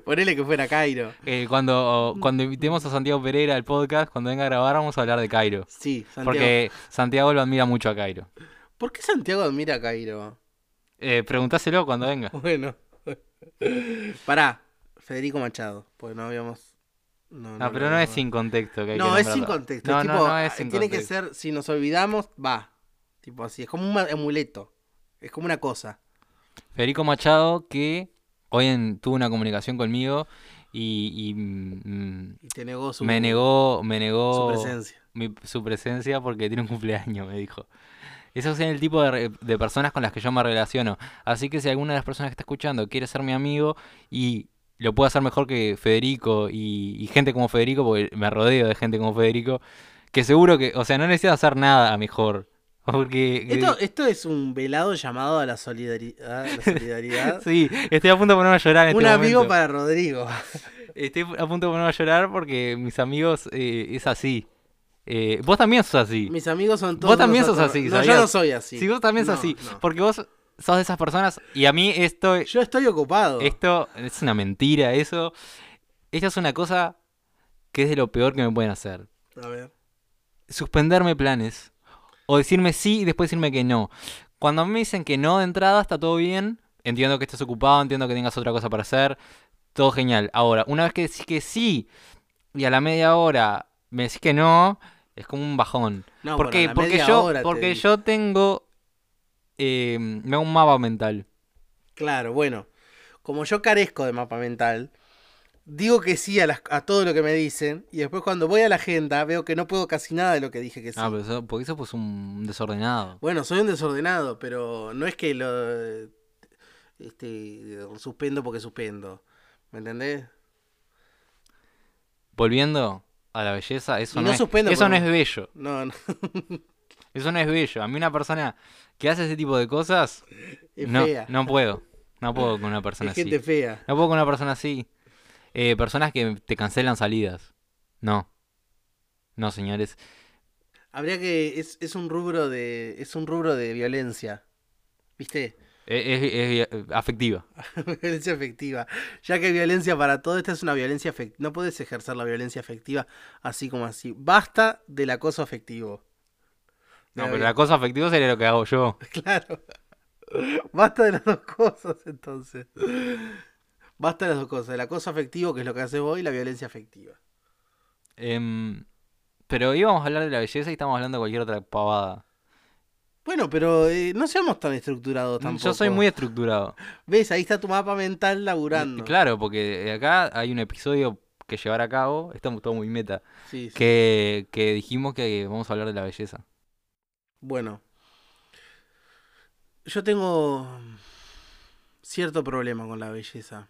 [SPEAKER 2] Ponele que fuera Cairo.
[SPEAKER 1] Eh, cuando, cuando invitemos a Santiago Pereira al podcast, cuando venga a grabar, vamos a hablar de Cairo.
[SPEAKER 2] Sí, Santiago.
[SPEAKER 1] Porque Santiago lo admira mucho a Cairo.
[SPEAKER 2] ¿Por qué Santiago admira a Cairo?
[SPEAKER 1] Eh, preguntáselo cuando venga.
[SPEAKER 2] Bueno. Pará, Federico Machado, porque no habíamos... No,
[SPEAKER 1] No,
[SPEAKER 2] lo
[SPEAKER 1] pero no es
[SPEAKER 2] habíamos-
[SPEAKER 1] sin contexto. Que hay que
[SPEAKER 2] No, es sin
[SPEAKER 1] nombrarlo.
[SPEAKER 2] contexto.
[SPEAKER 1] No,
[SPEAKER 2] es
[SPEAKER 1] no,
[SPEAKER 2] tipo, ah,
[SPEAKER 1] no es sin
[SPEAKER 2] tiene
[SPEAKER 1] contexto.
[SPEAKER 2] que ser, si nos olvidamos, va. Tipo así, es como un ma- amuleto. Es como una cosa.
[SPEAKER 1] Federico Machado, que hoy en- tuvo una comunicación conmigo y, y, mm,
[SPEAKER 2] Y te negó su,
[SPEAKER 1] me negó, me negó
[SPEAKER 2] su presencia.
[SPEAKER 1] mi- su presencia porque tiene un cumpleaños, me dijo. Esos son el tipo de, re- de personas con las que yo me relaciono. Así que si alguna de las personas que está escuchando quiere ser mi amigo y lo puede hacer mejor que Federico y, y gente como Federico, porque me rodeo de gente como Federico, que seguro que, o sea, no necesita hacer nada mejor. Porque...
[SPEAKER 2] Esto, esto es un velado llamado a la solidaridad. a la solidaridad.
[SPEAKER 1] Sí, estoy a punto de ponerme a llorar en
[SPEAKER 2] un
[SPEAKER 1] este
[SPEAKER 2] amigo
[SPEAKER 1] momento.
[SPEAKER 2] para Rodrigo.
[SPEAKER 1] Estoy a punto de ponerme a llorar porque mis amigos eh, es así. Eh, vos también sos así.
[SPEAKER 2] Mis amigos son todos.
[SPEAKER 1] Vos también
[SPEAKER 2] unos
[SPEAKER 1] sos así,
[SPEAKER 2] No, yo
[SPEAKER 1] ¿sabías?
[SPEAKER 2] no soy así.
[SPEAKER 1] Si vos también sos
[SPEAKER 2] No,
[SPEAKER 1] así,
[SPEAKER 2] no.
[SPEAKER 1] porque vos sos de esas personas y a mí esto,
[SPEAKER 2] Yo estoy ocupado.
[SPEAKER 1] esto es una mentira, eso. Esto es una cosa que es de lo peor que me pueden hacer.
[SPEAKER 2] A ver.
[SPEAKER 1] Suspenderme planes. O decirme sí y después decirme que no. Cuando a mí me dicen que no de entrada está todo bien, Entiendo que estés ocupado, entiendo que tengas otra cosa para hacer. Todo genial. Ahora, una vez que decís que sí y a la media hora me decís que no, es como un bajón.
[SPEAKER 2] No,
[SPEAKER 1] ¿Por
[SPEAKER 2] Ah, bueno,
[SPEAKER 1] qué?
[SPEAKER 2] la
[SPEAKER 1] Porque,
[SPEAKER 2] media
[SPEAKER 1] yo,
[SPEAKER 2] hora te
[SPEAKER 1] porque
[SPEAKER 2] digo.
[SPEAKER 1] yo tengo... eh, me hago un mapa mental.
[SPEAKER 2] Claro, bueno, como yo carezco de mapa mental, digo que sí a, las- a todo lo que me dicen y después cuando voy a la agenda veo que no puedo casi nada de lo que dije que sí.
[SPEAKER 1] Ah, pero eso, porque eso pues un desordenado.
[SPEAKER 2] Bueno, soy un desordenado, pero no es que lo este, suspendo porque suspendo. ¿Me entendés?
[SPEAKER 1] Volviendo a la belleza, eso
[SPEAKER 2] Y
[SPEAKER 1] no,
[SPEAKER 2] no
[SPEAKER 1] es,
[SPEAKER 2] suspendo
[SPEAKER 1] eso
[SPEAKER 2] por
[SPEAKER 1] no
[SPEAKER 2] un-
[SPEAKER 1] es bello.
[SPEAKER 2] No, no,
[SPEAKER 1] Eso no es bello. A mí una persona que hace ese tipo de cosas,
[SPEAKER 2] es
[SPEAKER 1] no,
[SPEAKER 2] fea.
[SPEAKER 1] no puedo. No puedo con una persona
[SPEAKER 2] es gente
[SPEAKER 1] así.
[SPEAKER 2] fea.
[SPEAKER 1] No puedo con una persona así. Eh, personas que te cancelan salidas. No. No, señores.
[SPEAKER 2] Habría que es, es un rubro de es un rubro de violencia. ¿Viste?
[SPEAKER 1] Eh, Es, es vi- afectiva.
[SPEAKER 2] violencia afectiva. Ya que hay violencia para todo, esta es una violencia afectiva. No puedes ejercer la violencia afectiva así como así. Basta del acoso afectivo.
[SPEAKER 1] No,
[SPEAKER 2] Ya
[SPEAKER 1] pero
[SPEAKER 2] vi-
[SPEAKER 1] la cosa afectiva sería lo que hago yo.
[SPEAKER 2] Claro. Basta de las dos cosas, entonces. Basta de las dos cosas. El acoso afectivo, que es lo que haces vos, y la violencia afectiva.
[SPEAKER 1] Em, pero íbamos a hablar de la belleza y estamos hablando de cualquier otra pavada.
[SPEAKER 2] Bueno, pero eh, no seamos tan estructurados tampoco.
[SPEAKER 1] Mm, Yo soy muy estructurado.
[SPEAKER 2] ¿Ves? Ahí está tu mapa mental laburando.
[SPEAKER 1] Claro, porque acá hay un episodio que llevar a cabo, estamos todo muy meta,
[SPEAKER 2] Sí, sí.
[SPEAKER 1] que, que dijimos que vamos a hablar de la belleza.
[SPEAKER 2] Bueno, yo tengo cierto problema con la belleza.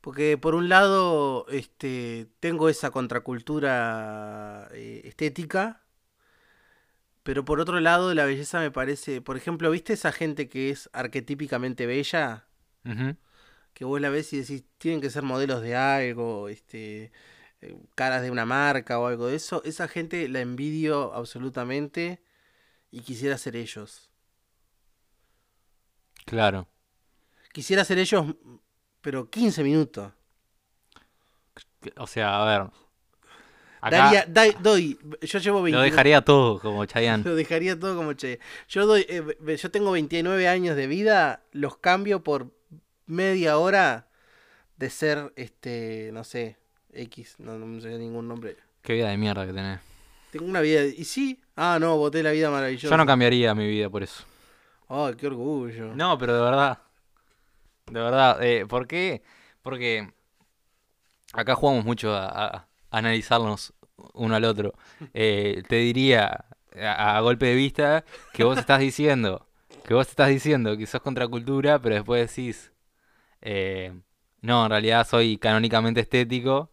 [SPEAKER 2] Porque por un lado, este, tengo esa contracultura eh, estética, pero por otro lado, la belleza me parece, por ejemplo, ¿viste esa gente que es arquetípicamente bella?
[SPEAKER 1] Ujú.
[SPEAKER 2] Que vos la ves y decís, tienen que ser modelos de algo, este, eh, caras de una marca o algo de eso. Esa gente la envidio absolutamente y quisiera ser ellos.
[SPEAKER 1] Claro.
[SPEAKER 2] Quisiera ser ellos, pero 15 minutos.
[SPEAKER 1] O sea, a ver. Acá
[SPEAKER 2] Daría, dai- doy, yo llevo 20,
[SPEAKER 1] lo dejaría todo como Chayanne.
[SPEAKER 2] lo dejaría todo como che. Yo doy, eh, ve- yo tengo 29 años de vida, los cambio por media hora de ser, este, no sé, X, no, no me sé ningún nombre.
[SPEAKER 1] Qué vida de mierda que tenés.
[SPEAKER 2] Tengo una vida, y sí, ah, no, boté la vida maravillosa.
[SPEAKER 1] Yo no cambiaría mi vida por eso.
[SPEAKER 2] Ay, qué orgullo.
[SPEAKER 1] No, pero de verdad. De verdad. eh, ¿Por qué? Porque acá jugamos mucho a, a- a analizarnos uno al otro. Eh, te diría a, a golpe de vista que vos estás diciendo, que vos estás diciendo que sos contracultura, pero después decís, eh, no, en realidad soy canónicamente estético.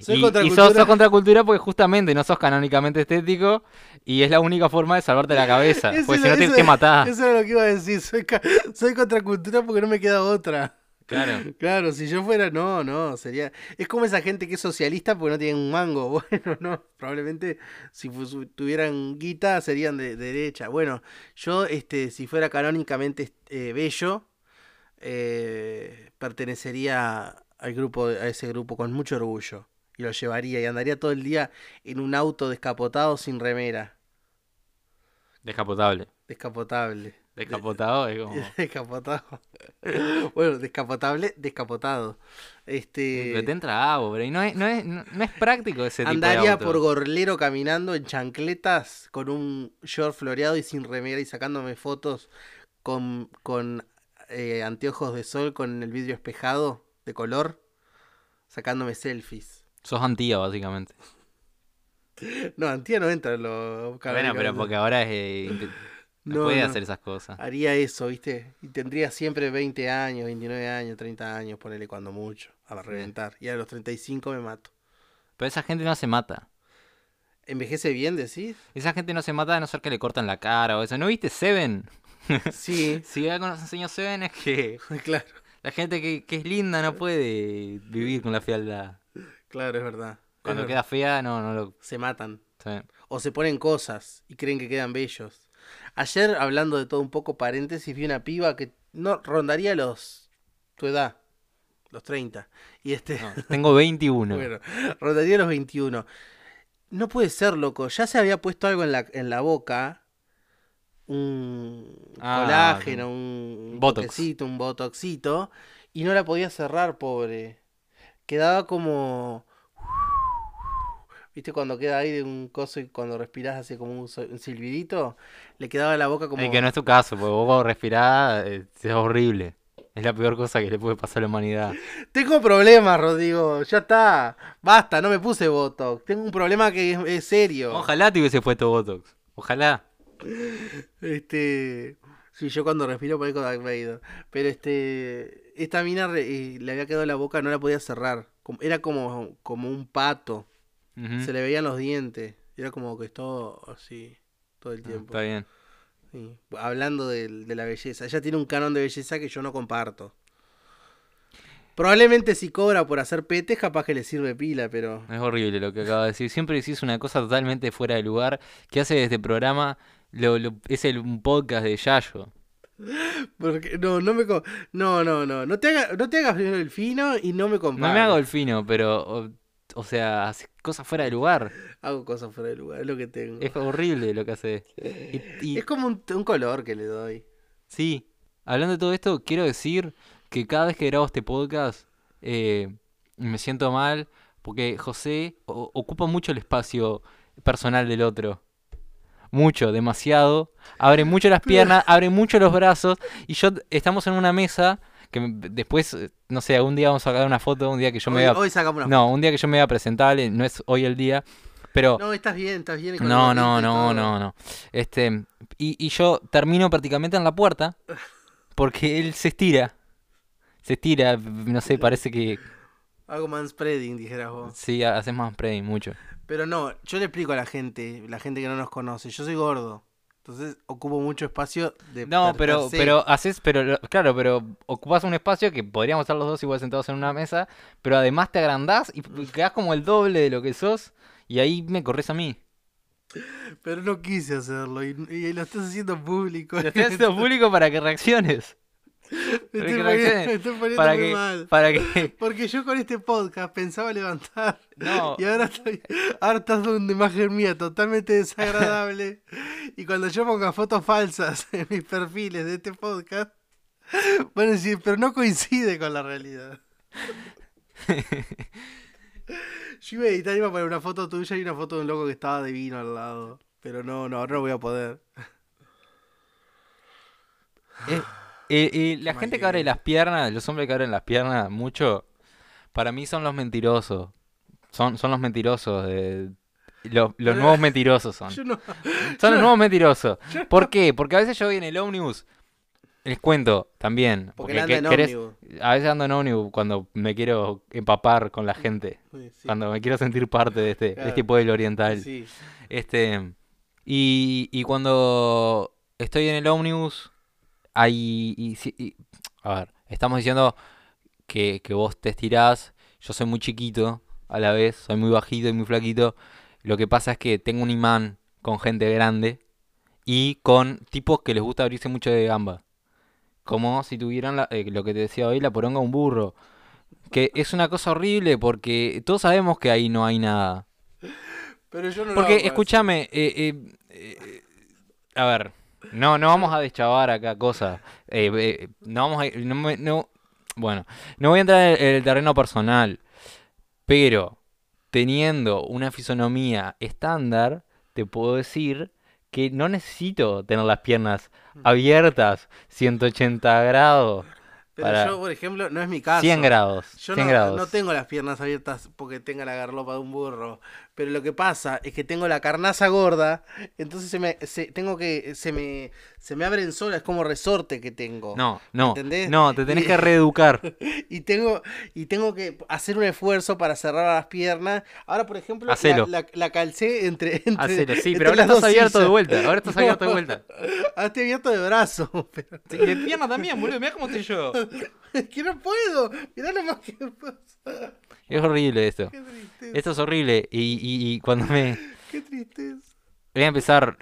[SPEAKER 2] Soy
[SPEAKER 1] y, y
[SPEAKER 2] contracultura.
[SPEAKER 1] sos, sos contracultura porque justamente no sos canónicamente estético y es la única forma de salvarte la cabeza.
[SPEAKER 2] Eso
[SPEAKER 1] Porque pues, si
[SPEAKER 2] era-
[SPEAKER 1] no te,
[SPEAKER 2] eso-
[SPEAKER 1] te matás.
[SPEAKER 2] Eso era lo que iba a decir, soy, ca- soy contracultura porque no me queda otra.
[SPEAKER 1] Claro.
[SPEAKER 2] Claro, si yo fuera, no, no, sería. Es como esa gente que es socialista porque no tienen un mango. Bueno, no, probablemente si fu- su- tuvieran guita serían de, de derecha. Bueno, yo, este, si fuera canónicamente eh, bello, eh, pertenecería al grupo, a ese grupo con mucho orgullo. Y lo llevaría y andaría todo el día en un auto descapotado sin remera,
[SPEAKER 1] Descapotable.
[SPEAKER 2] descapotable.
[SPEAKER 1] Descapotado es como.
[SPEAKER 2] Eh, Descapotado. Bueno, descapotable, descapotado. Este.
[SPEAKER 1] Pero te entra agua, bro. Y no es, no es, no, no es práctico ese tipo de
[SPEAKER 2] Andaría
[SPEAKER 1] auto.
[SPEAKER 2] por gorlero caminando en chancletas con un short floreado y sin remera y sacándome fotos con, con eh, anteojos de sol con el vidrio espejado de color, sacándome selfies.
[SPEAKER 1] Sos antía, básicamente.
[SPEAKER 2] No, Antía no entra en lo
[SPEAKER 1] bueno, pero porque ahora es. eh, inte- no
[SPEAKER 2] No,
[SPEAKER 1] puede
[SPEAKER 2] no.
[SPEAKER 1] hacer esas cosas.
[SPEAKER 2] Haría eso, ¿viste? Y tendría siempre 20 años, 29 años, 30 años, ponele cuando mucho, a reventar. Y a los 35 me mato.
[SPEAKER 1] Pero esa gente no se mata.
[SPEAKER 2] ¿Envejece bien, decís?
[SPEAKER 1] Esa gente no se mata a no ser que le cortan la cara o eso. ¿No viste Seven?
[SPEAKER 2] Sí,
[SPEAKER 1] Si algo nos enseñó Seven es que
[SPEAKER 2] claro,
[SPEAKER 1] la gente que, que es linda no puede vivir con la fealdad.
[SPEAKER 2] claro, es verdad. Es
[SPEAKER 1] Cuando
[SPEAKER 2] verdad.
[SPEAKER 1] queda fea, no, no lo.
[SPEAKER 2] Se matan.
[SPEAKER 1] sí.
[SPEAKER 2] o se ponen cosas y creen que quedan bellos. Ayer, hablando de todo un poco, paréntesis, vi una piba que no rondaría los tu edad, los 30. Y este,
[SPEAKER 1] No, tengo 21.
[SPEAKER 2] bueno, rondaría los 21. No puede ser, loco. Ya se había puesto algo en la, en la boca, un
[SPEAKER 1] Ah,
[SPEAKER 2] colágeno,
[SPEAKER 1] como-
[SPEAKER 2] un
[SPEAKER 1] Botox.
[SPEAKER 2] toquecito, un botoxito, y no la podía cerrar, pobre. Quedaba como. ¿Viste cuando queda aire un coso y cuando respiras hace como un, so- un silbidito? Le quedaba la boca como.
[SPEAKER 1] Y que no es tu caso, porque vos cuando respirás eh, es horrible. Es la peor cosa que le puede pasar a la humanidad.
[SPEAKER 2] Tengo problemas, Rodrigo, ya está. Basta, no me puse botox. Tengo un problema que es, es serio.
[SPEAKER 1] Ojalá te hubiese puesto Botox. Ojalá.
[SPEAKER 2] Este. Sí, yo cuando respiro parezco Darth Vader. Pero este. Esta mina re- eh, le había quedado la boca, no la podía cerrar. Como- Era como, como un pato.
[SPEAKER 1] Ujú.
[SPEAKER 2] Se le veían los dientes. Era como que todo así. Todo el
[SPEAKER 1] Ah,
[SPEAKER 2] tiempo.
[SPEAKER 1] Está bien.
[SPEAKER 2] Sí. Hablando del- de, la belleza. Ella tiene un canon de belleza que yo no comparto. Probablemente si cobra por hacer petes, capaz que le sirve pila, pero.
[SPEAKER 1] Es horrible lo que acaba de decir. Siempre decís una cosa totalmente fuera de lugar que hace desde programa. Lo, lo- es el, un podcast de Yayo.
[SPEAKER 2] Porque, no, no me. co- No, no, no. No te, haga- no te hagas el fino y no me compares.
[SPEAKER 1] No me hago el fino, pero. O, o sea, hace cosas fuera de lugar.
[SPEAKER 2] Hago cosas fuera de lugar, es lo que tengo.
[SPEAKER 1] Es horrible lo que hace. Y- y-
[SPEAKER 2] Es como un, un color que le doy.
[SPEAKER 1] Sí, hablando de todo esto, quiero decir que cada vez que grabo este podcast eh, me siento mal porque José o- ocupa mucho el espacio personal del otro. Mucho, demasiado. Abre mucho las piernas, abre mucho los brazos. Y yo estamos en una mesa que m- después, eh, no sé, algún día vamos a sacar una foto, un día que yo
[SPEAKER 2] hoy,
[SPEAKER 1] me voy a...
[SPEAKER 2] hoy sacamos una
[SPEAKER 1] No, un día que yo me voy a presentar, eh, no es hoy el día, pero...
[SPEAKER 2] foto. No, estás bien, estás bien. con
[SPEAKER 1] No,
[SPEAKER 2] el
[SPEAKER 1] no,
[SPEAKER 2] gorrito y
[SPEAKER 1] no,
[SPEAKER 2] todo.
[SPEAKER 1] no, no. Este, y, y yo termino prácticamente en la puerta porque él se estira. Se estira, no sé, parece que
[SPEAKER 2] Hago manspreading, dijeras vos.
[SPEAKER 1] sí, ha- haces más prey mucho.
[SPEAKER 2] Pero no, yo le explico a la gente, la gente que no nos conoce. Yo soy gordo. Entonces ocupo mucho espacio de.
[SPEAKER 1] No,
[SPEAKER 2] per-
[SPEAKER 1] pero,
[SPEAKER 2] per se.
[SPEAKER 1] pero haces, pero lo- claro, pero ocupas un espacio que podríamos estar los dos igual sentados en una mesa, pero además te agrandás y p- quedás como el doble de lo que sos y ahí me corres a mí.
[SPEAKER 2] Pero no quise hacerlo y, y lo estás haciendo público.
[SPEAKER 1] Lo estoy haciendo público para que reacciones,
[SPEAKER 2] me
[SPEAKER 1] para que
[SPEAKER 2] estoy
[SPEAKER 1] reacciones,
[SPEAKER 2] poniendo, me estoy poniendo
[SPEAKER 1] para
[SPEAKER 2] muy
[SPEAKER 1] que,
[SPEAKER 2] mal.
[SPEAKER 1] para que,
[SPEAKER 2] Porque yo con este podcast pensaba levantar.
[SPEAKER 1] no,
[SPEAKER 2] Y ahora, estoy, ahora estás dando una imagen mía totalmente desagradable. Y cuando yo ponga fotos falsas en mis perfiles de este podcast, van a decir, pero no coincide con la realidad. Yo iba a editar, iba a poner una foto tuya y una foto de un loco que estaba de vino al lado. Pero no, no, ahora no voy a poder.
[SPEAKER 1] Eh, eh, eh, la gente que abre
[SPEAKER 2] Maldigo.
[SPEAKER 1] las piernas, los hombres que abren las piernas mucho, para mí son los mentirosos. Son, son los mentirosos. de- los, los nuevos mentirosos son.
[SPEAKER 2] Yo no.
[SPEAKER 1] Son los nuevos mentirosos.
[SPEAKER 2] yo
[SPEAKER 1] ¿Por qué? Porque a veces yo voy en el ómnibus. Les cuento también.
[SPEAKER 2] Porque él anda
[SPEAKER 1] que-
[SPEAKER 2] en
[SPEAKER 1] querés-
[SPEAKER 2] ómnibus.
[SPEAKER 1] A veces ando en ómnibus cuando me quiero empapar con la gente.
[SPEAKER 2] Sí, sí,
[SPEAKER 1] Cuando me quiero sentir parte de este, de este
[SPEAKER 2] Claro.
[SPEAKER 1] pueblo oriental.
[SPEAKER 2] sí.
[SPEAKER 1] Este. Y, y cuando estoy en el ómnibus, ahí. y si- y- a ver, estamos diciendo que, que vos te estirás. Yo soy muy chiquito a la vez, soy muy bajito y muy flaquito. Lo que pasa es que tengo un imán con gente grande y con tipos que les gusta abrirse mucho de gamba. Como si tuvieran la- eh, lo que te decía hoy, la poronga de un burro. Que es una cosa horrible porque todos sabemos que ahí no hay nada.
[SPEAKER 2] Pero yo no pues. lo
[SPEAKER 1] Porque,
[SPEAKER 2] hago así.
[SPEAKER 1] escúchame, eh, eh, eh, a ver, no, no vamos a deschavar acá cosas. eh, eh, no vamos a, no me- no- bueno, no voy a entrar en el terreno personal, pero teniendo una fisonomía estándar, te puedo decir que no necesito tener las piernas
[SPEAKER 2] Mm.
[SPEAKER 1] abiertas 180 grados,
[SPEAKER 2] Pero
[SPEAKER 1] para-
[SPEAKER 2] yo, por ejemplo, no es mi caso.
[SPEAKER 1] 100 grados,
[SPEAKER 2] Yo
[SPEAKER 1] 100
[SPEAKER 2] no,
[SPEAKER 1] grados.
[SPEAKER 2] no tengo las piernas abiertas porque tenga la garlopa de un burro, pero lo que pasa es que tengo la carnaza gorda, entonces se me, se- tengo que, se me, se me abren solas, es como resorte que tengo.
[SPEAKER 1] no, no,
[SPEAKER 2] ¿Entendés?
[SPEAKER 1] no, te tenés que reeducar.
[SPEAKER 2] Y tengo, y tengo que hacer un esfuerzo para cerrar las piernas. Ahora, por ejemplo, la,
[SPEAKER 1] Hacelo.
[SPEAKER 2] la, la calcé entre, entre,
[SPEAKER 1] Hacelo, Ah, sí,
[SPEAKER 2] entre
[SPEAKER 1] pero ahora
[SPEAKER 2] las
[SPEAKER 1] estás
[SPEAKER 2] dos
[SPEAKER 1] abierto de
[SPEAKER 2] sillas.
[SPEAKER 1] vuelta, ahora estás abierto de vuelta.
[SPEAKER 2] Ahora estoy abierto de brazo, pero
[SPEAKER 1] Sí, de pierna también, boludo. Mirá cómo estoy yo.
[SPEAKER 2] es que no puedo. Mirá lo más que pasa.
[SPEAKER 1] Es horrible esto.
[SPEAKER 2] Qué tristeza,
[SPEAKER 1] Esto es horrible. Y, y- y cuando me.
[SPEAKER 2] qué tristeza.
[SPEAKER 1] Voy a empezar.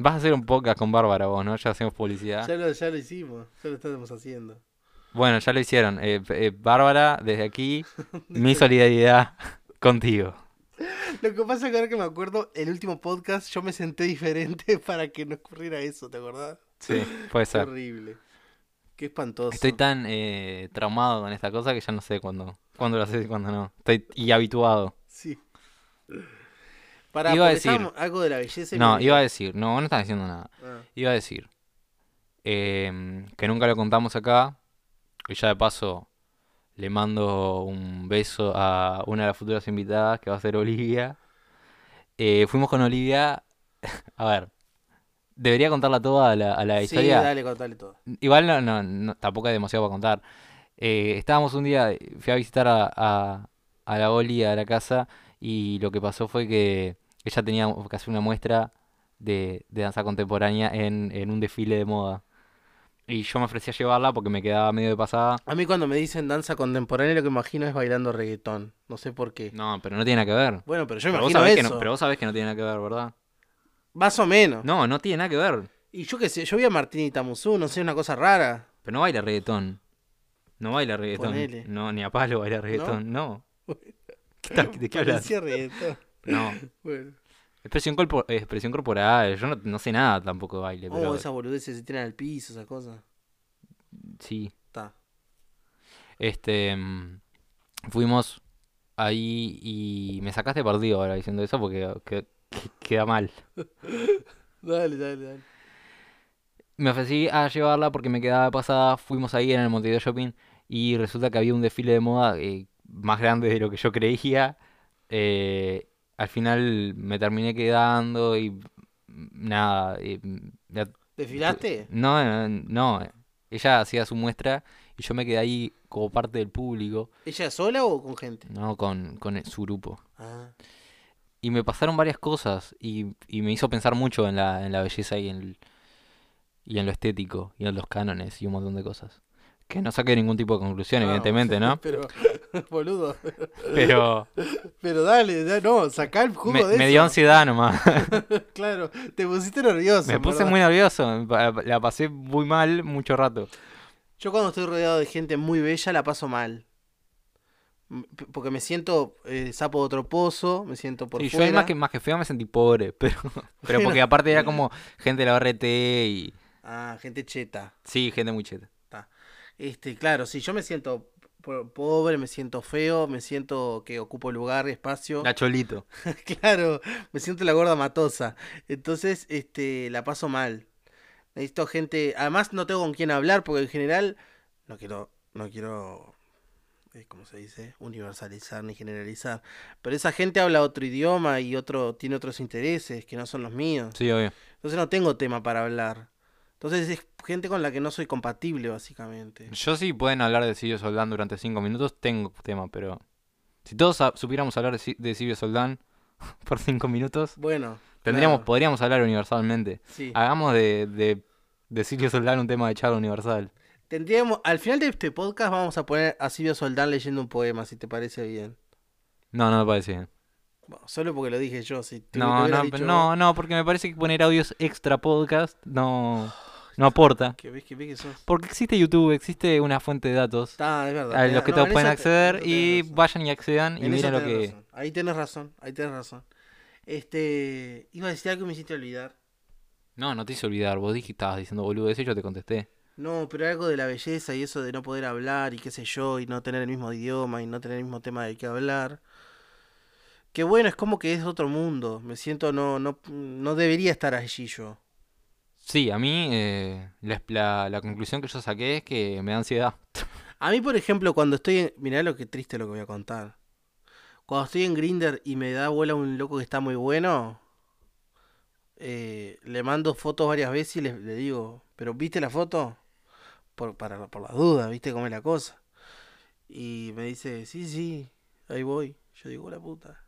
[SPEAKER 1] Vas a hacer un podcast con Bárbara vos, ¿no? Ya hacemos publicidad.
[SPEAKER 2] Ya lo, ya lo hicimos, ya lo estamos haciendo.
[SPEAKER 1] Bueno, ya lo hicieron. Eh, eh, Bárbara, desde aquí, mi solidaridad contigo.
[SPEAKER 2] Lo que pasa es que ahora que me acuerdo, el último podcast yo me senté diferente para que no ocurriera eso, ¿te acordás?
[SPEAKER 1] Sí, puede
[SPEAKER 2] Qué
[SPEAKER 1] ser.
[SPEAKER 2] horrible. Qué espantoso.
[SPEAKER 1] Estoy tan eh, traumado con esta cosa que ya no sé cuándo, cuándo lo haces y cuándo no. Estoy y habituado.
[SPEAKER 2] Sí. Para
[SPEAKER 1] Iba a decir-
[SPEAKER 2] algo de la belleza y
[SPEAKER 1] No,
[SPEAKER 2] me-
[SPEAKER 1] iba a decir, no, vos no estás diciendo nada.
[SPEAKER 2] Ah,
[SPEAKER 1] Iba a decir em, que nunca lo contamos acá. Y ya de paso le mando un beso a una de las futuras invitadas que va a ser Olivia. Eh, fuimos con Olivia. A ver, debería contarla toda a la, a la
[SPEAKER 2] Ah. Sí,
[SPEAKER 1] historia.
[SPEAKER 2] dale, contale todo.
[SPEAKER 1] Igual no, no, no- tampoco hay demasiado para contar. Eh, estábamos un día, fui a visitar a, a, a la Oli a la casa y lo que pasó fue que ella tenía que hacer una muestra de, de danza contemporánea en, en un desfile de moda. Y yo me ofrecí a llevarla porque me quedaba medio de pasada.
[SPEAKER 2] A mí cuando me dicen danza contemporánea lo que imagino es bailando reggaetón. No sé por qué.
[SPEAKER 1] No, pero no tiene nada que ver.
[SPEAKER 2] Bueno, pero yo
[SPEAKER 1] Pero vos,
[SPEAKER 2] imagino
[SPEAKER 1] sabés que
[SPEAKER 2] eso.
[SPEAKER 1] no, pero vos sabés que no tiene nada que ver, ¿verdad?
[SPEAKER 2] Más o menos.
[SPEAKER 1] No, no tiene nada que ver.
[SPEAKER 2] Y yo qué sé, yo vi a Martinita Musú, no sé, una cosa rara.
[SPEAKER 1] Pero no baila reggaetón. No baila reggaetón.
[SPEAKER 2] Ponele.
[SPEAKER 1] No, ni a palo baila reggaetón. No. ¿Qué tal- ¿De qué hablas?
[SPEAKER 2] Parecía reggaetón.
[SPEAKER 1] No.
[SPEAKER 2] Bueno.
[SPEAKER 1] Expresión, corpo- expresión corporal, yo no, no sé nada tampoco de baile, pero
[SPEAKER 2] Oh, esas boludeces se tiran al piso, esas cosas.
[SPEAKER 1] sí.
[SPEAKER 2] Está.
[SPEAKER 1] Este, mm, fuimos ahí y me sacaste partido ahora diciendo eso porque que- que- queda mal.
[SPEAKER 2] Dale, dale, dale.
[SPEAKER 1] Me ofrecí a llevarla porque me quedaba pasada, fuimos ahí en el Montevideo Shopping y resulta que había un desfile de moda eh, más grande de lo que yo creía. Eh, al final me terminé quedando y mm, nada, eh, mm, la
[SPEAKER 2] ¿Desfilaste?
[SPEAKER 1] No, no, no. Ella hacía su muestra y yo me quedé ahí como parte del público,
[SPEAKER 2] ¿Ella sola o con gente?
[SPEAKER 1] ¿no? Con, con el- su grupo.
[SPEAKER 2] Ah.
[SPEAKER 1] Y me pasaron varias cosas y, y me hizo pensar mucho en la, en la belleza y en, el- y en lo estético y en los cánones y un montón de cosas. Que no saqué ningún tipo de conclusión,
[SPEAKER 2] Ah,
[SPEAKER 1] evidentemente, ¿no?
[SPEAKER 2] Pero, boludo.
[SPEAKER 1] Pero
[SPEAKER 2] Pero dale, da- no, sacá el jugo
[SPEAKER 1] me,
[SPEAKER 2] de
[SPEAKER 1] me
[SPEAKER 2] eso.
[SPEAKER 1] dio ansiedad nomás.
[SPEAKER 2] Claro, te pusiste nervioso.
[SPEAKER 1] Me puse
[SPEAKER 2] ¿verdad?
[SPEAKER 1] muy nervioso. pa- La pasé muy mal mucho rato.
[SPEAKER 2] Yo cuando estoy rodeado de gente muy bella la paso mal. M- p- Porque me siento eh, sapo de otro pozo, me siento por
[SPEAKER 1] Sí, yo
[SPEAKER 2] fuera.
[SPEAKER 1] ahí más que, más que feo me sentí pobre, pero, pero porque aparte era como gente de la ORT y...
[SPEAKER 2] Ah, gente cheta.
[SPEAKER 1] Sí, gente muy cheta.
[SPEAKER 2] Este, claro, sí, yo me siento po- pobre, me siento feo, me siento que ocupo lugar, espacio.
[SPEAKER 1] La Cholito.
[SPEAKER 2] Claro, me siento la gorda matosa. Entonces, este, la paso mal. Necesito gente. Además, no tengo con quién hablar porque en general no quiero, no quiero, eh, ¿cómo se dice? Universalizar ni generalizar. Pero esa gente habla otro idioma y otro tiene otros intereses que no son los míos.
[SPEAKER 1] Sí, obvio.
[SPEAKER 2] Entonces no tengo tema para hablar. Entonces es gente con la que no soy compatible, básicamente.
[SPEAKER 1] Yo sí pueden hablar de Silvio Soldán durante cinco minutos, tengo tema, pero... Si todos sa- supiéramos hablar de, Si- de Silvio Soldán por cinco minutos,
[SPEAKER 2] Bueno,
[SPEAKER 1] tendríamos,
[SPEAKER 2] claro,
[SPEAKER 1] podríamos hablar universalmente.
[SPEAKER 2] sí.
[SPEAKER 1] Hagamos de, de, de Silvio Soldán un tema de charla universal.
[SPEAKER 2] Tendríamos, al final de este podcast vamos a poner a Silvio Soldán leyendo un poema, si te parece bien.
[SPEAKER 1] No, no me parece bien.
[SPEAKER 2] Bueno, solo porque lo dije yo, si tú
[SPEAKER 1] No, no, no, no, porque me parece que poner audios extra podcast no, no aporta.
[SPEAKER 2] Que ves que ves que sos.
[SPEAKER 1] Porque existe YouTube, existe una fuente de datos
[SPEAKER 2] Está, es verdad.
[SPEAKER 1] a
[SPEAKER 2] tenés-
[SPEAKER 1] los que
[SPEAKER 2] no,
[SPEAKER 1] todos
[SPEAKER 2] en
[SPEAKER 1] pueden
[SPEAKER 2] eso te- en
[SPEAKER 1] acceder
[SPEAKER 2] eso
[SPEAKER 1] y
[SPEAKER 2] tenés razón.
[SPEAKER 1] vayan y accedan y
[SPEAKER 2] En eso
[SPEAKER 1] miren lo
[SPEAKER 2] tenés
[SPEAKER 1] que...
[SPEAKER 2] razón. Ahí tenés razón, ahí tenés razón. Este, iba a decir algo que me hiciste olvidar.
[SPEAKER 1] No, no te hice olvidar, vos dijiste, estabas diciendo boludo ese y yo te contesté.
[SPEAKER 2] No, pero algo de la belleza y eso de no poder hablar y qué sé yo, y no tener el mismo idioma y no tener el mismo tema del que hablar. Que bueno, es como que es otro mundo. Me siento no no no debería estar allí yo.
[SPEAKER 1] Sí, a mí eh, la, la- la conclusión que yo saqué es que me da ansiedad.
[SPEAKER 2] A mí, por ejemplo, cuando estoy en... Mirá lo que triste lo que voy a contar. Cuando estoy en Grinder y me da bola un loco que está muy bueno, eh, le mando fotos varias veces y le, le digo, ¿pero viste la foto? Por, para, por las dudas, ¿viste cómo es la cosa? Y me dice, sí, sí, ahí voy. Yo digo, la puta.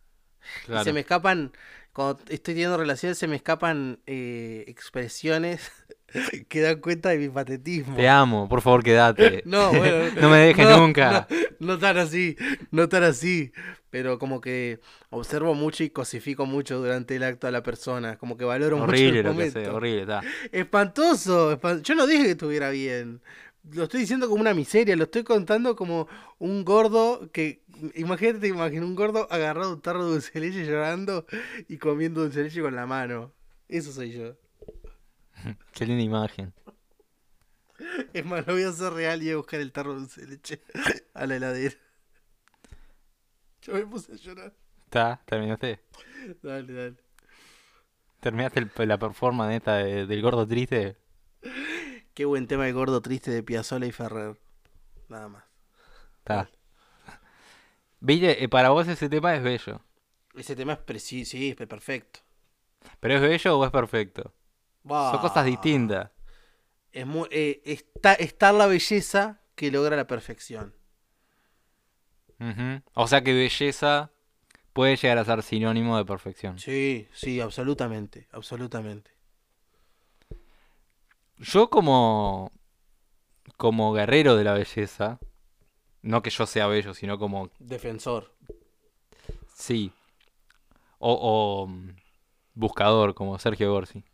[SPEAKER 2] Y
[SPEAKER 1] Claro.
[SPEAKER 2] se me escapan, cuando estoy teniendo relaciones, se me escapan eh, expresiones que dan cuenta de mi patetismo.
[SPEAKER 1] Te amo, por favor quédate.
[SPEAKER 2] No, bueno,
[SPEAKER 1] No me dejes
[SPEAKER 2] no,
[SPEAKER 1] nunca.
[SPEAKER 2] No, no tan así, no tan así, pero como que observo mucho y cosifico mucho durante el acto a la persona, como que valoro mucho
[SPEAKER 1] horrible
[SPEAKER 2] el
[SPEAKER 1] lo que hace,
[SPEAKER 2] momento.
[SPEAKER 1] horrible, está.
[SPEAKER 2] Espantoso, espan- yo no dije que estuviera bien, Lo estoy diciendo como una miseria, lo estoy contando como un gordo que. Imagínate, te imagino un gordo agarrado a un tarro de dulce de leche llorando y comiendo dulce de leche con la mano. Eso soy yo.
[SPEAKER 1] Qué linda imagen.
[SPEAKER 2] Es más, lo voy a hacer real y voy a buscar el tarro de dulce de leche a la heladera. Yo me puse a llorar.
[SPEAKER 1] ¿Está? ¿Terminaste?
[SPEAKER 2] Dale, dale.
[SPEAKER 1] ¿Terminaste el- la performance esta de- del gordo triste?
[SPEAKER 2] Qué buen tema el gordo triste de Piazzolla y Ferrer. Nada más.
[SPEAKER 1] Está. Viste, eh, para vos ese tema es bello.
[SPEAKER 2] Ese tema es preciso, sí, es perfecto.
[SPEAKER 1] ¿Pero es bello o es perfecto?
[SPEAKER 2] Bah.
[SPEAKER 1] Son cosas
[SPEAKER 2] Ah.
[SPEAKER 1] distintas.
[SPEAKER 2] Es mu- eh, está, está la belleza que logra la perfección.
[SPEAKER 1] Ujú. O sea que belleza puede llegar a ser sinónimo de perfección.
[SPEAKER 2] Sí, sí, absolutamente, absolutamente.
[SPEAKER 1] Yo como, como guerrero de la belleza, no que yo sea bello, sino como,
[SPEAKER 2] Defensor.
[SPEAKER 1] sí, o, o, mm, buscador, como Sergio Gorsi.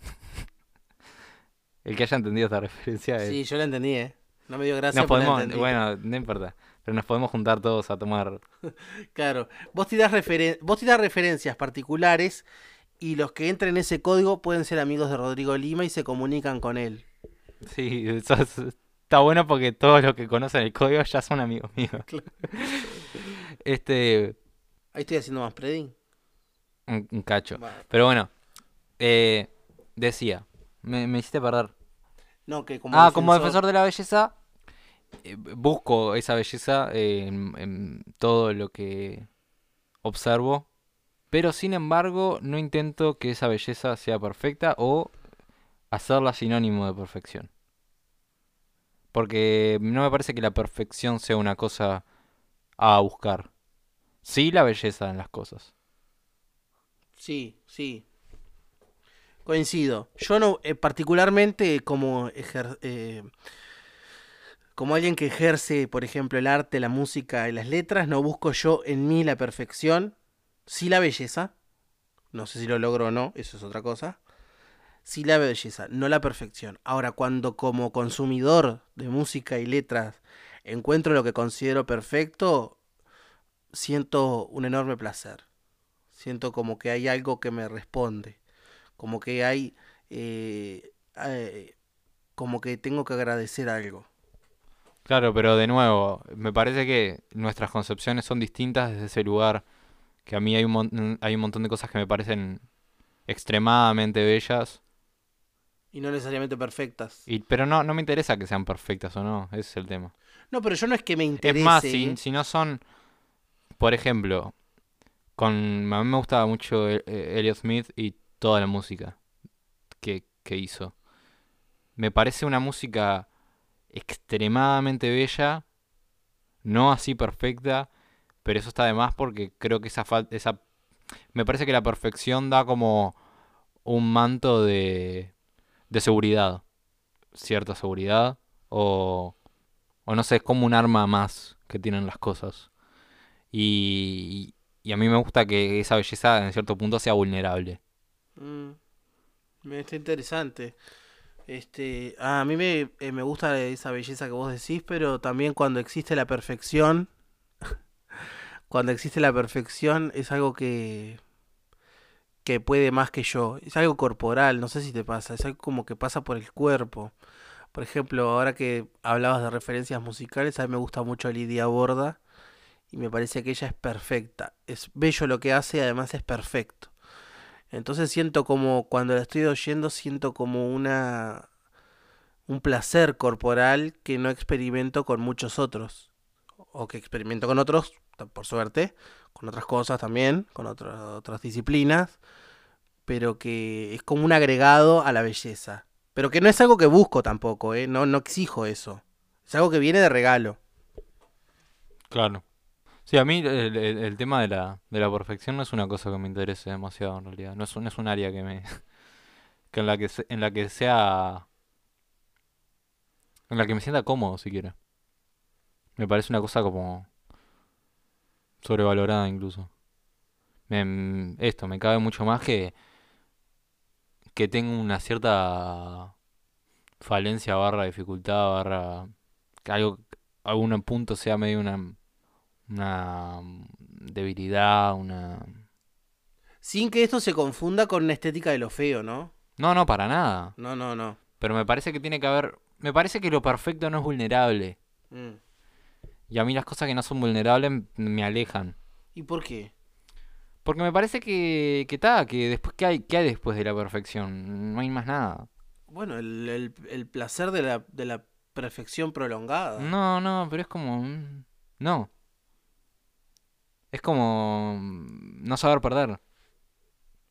[SPEAKER 1] El que haya entendido esta referencia es...
[SPEAKER 2] Sí, yo la entendí, ¿eh? No me dio gracia.
[SPEAKER 1] nos
[SPEAKER 2] pero la
[SPEAKER 1] podemos,
[SPEAKER 2] entendí.
[SPEAKER 1] bueno, no importa, pero nos podemos juntar todos a tomar...
[SPEAKER 2] Claro, vos tirás, referen- vos tirás referencias particulares y los que entren en ese código pueden ser amigos de Rodrigo Lima y se comunican con él.
[SPEAKER 1] Sí, eso es- está bueno porque todos los que conocen el código ya son amigos míos. Este,
[SPEAKER 2] Ahí estoy haciendo más predín.
[SPEAKER 1] un- un cacho.
[SPEAKER 2] Va.
[SPEAKER 1] Pero bueno, eh, decía, me, me hiciste perder.
[SPEAKER 2] No, que como
[SPEAKER 1] ah, como defensor de la belleza, eh, busco esa belleza eh, en, en todo lo que observo. Pero sin embargo, no intento que esa belleza sea perfecta o hacerla sinónimo de perfección. Porque no me parece que la perfección sea una cosa a buscar. Sí, la belleza en las cosas.
[SPEAKER 2] Sí, sí. Coincido. Yo no, eh, particularmente como ejer- eh, como alguien que ejerce, por ejemplo, el arte, la música y las letras, no busco yo en mí la perfección, sí la belleza. No sé si lo logro o no, eso es otra cosa. Sí la belleza, no la perfección. Ahora, cuando como consumidor de música y letras encuentro lo que considero perfecto, siento un enorme placer. Siento como que hay algo que me responde. Como que hay. eh, eh, como que tengo que agradecer algo.
[SPEAKER 1] Claro, pero de nuevo, me parece que nuestras concepciones son distintas desde ese lugar, que a mí hay un, mon- hay un montón de cosas que me parecen extremadamente bellas,
[SPEAKER 2] Y no necesariamente perfectas.
[SPEAKER 1] y, pero no, no me interesa que sean perfectas o no, ese es el tema.
[SPEAKER 2] No, pero yo no es que me interese.
[SPEAKER 1] Es más,
[SPEAKER 2] ¿eh?
[SPEAKER 1] si, si no son, por ejemplo, con a mí me gustaba mucho eh, eh, Elliot Smith y toda la música que, que hizo. Me parece una música extremadamente bella, no así perfecta, pero eso está de más porque creo que esa falta, esa, me parece que la perfección da como un manto de, de seguridad, cierta seguridad o o no sé, es como un arma más que tienen las cosas. Y, y a mí me gusta que esa belleza en cierto punto sea vulnerable.
[SPEAKER 2] Mm. Me está interesante. Este, ah, a mí me, eh, me gusta esa belleza que vos decís, pero también cuando existe la perfección, cuando existe la perfección es algo que que puede más que yo. Es algo corporal, no sé si te pasa, es algo como que pasa por el cuerpo. Por ejemplo, ahora que hablabas de referencias musicales, a mí me gusta mucho Lidia Borda y me parece que ella es perfecta. Es bello lo que hace y además es perfecto. Entonces siento como cuando la estoy oyendo siento como una un placer corporal que no experimento con muchos otros o que experimento con otros, ta- por suerte, con otras cosas también, con otro- otras disciplinas, pero que es como un agregado a la belleza. Pero que no es algo que busco tampoco, ¿eh? no, no exijo eso. Es algo que viene de regalo.
[SPEAKER 1] Claro. Sí, a mí el, el- el tema de la, de la perfección no es una cosa que me interese demasiado en realidad. No es un, no es un área que me. que en la que se- en la que sea. En la que me sienta cómodo siquiera. Me parece una cosa como. sobrevalorada incluso. Me- mm, esto, me cabe mucho más que. que tenga una cierta falencia barra dificultad barra que algo algún punto sea medio una una mm, debilidad, una
[SPEAKER 2] Sin que esto se confunda con una estética de lo feo, ¿no?
[SPEAKER 1] No, no, para nada.
[SPEAKER 2] No, no, no.
[SPEAKER 1] Pero me parece que tiene que haber me parece que lo perfecto no es vulnerable
[SPEAKER 2] Mm.
[SPEAKER 1] y a mí las cosas que no son vulnerables m- me alejan.
[SPEAKER 2] ¿Y por qué?
[SPEAKER 1] Porque me parece que que ta, que después qué hay qué hay después de la perfección? No hay más nada.
[SPEAKER 2] Bueno, el, el- el placer de la, de la perfección prolongada.
[SPEAKER 1] No, no, pero es como. mm, No. Es como. mm, No saber perder.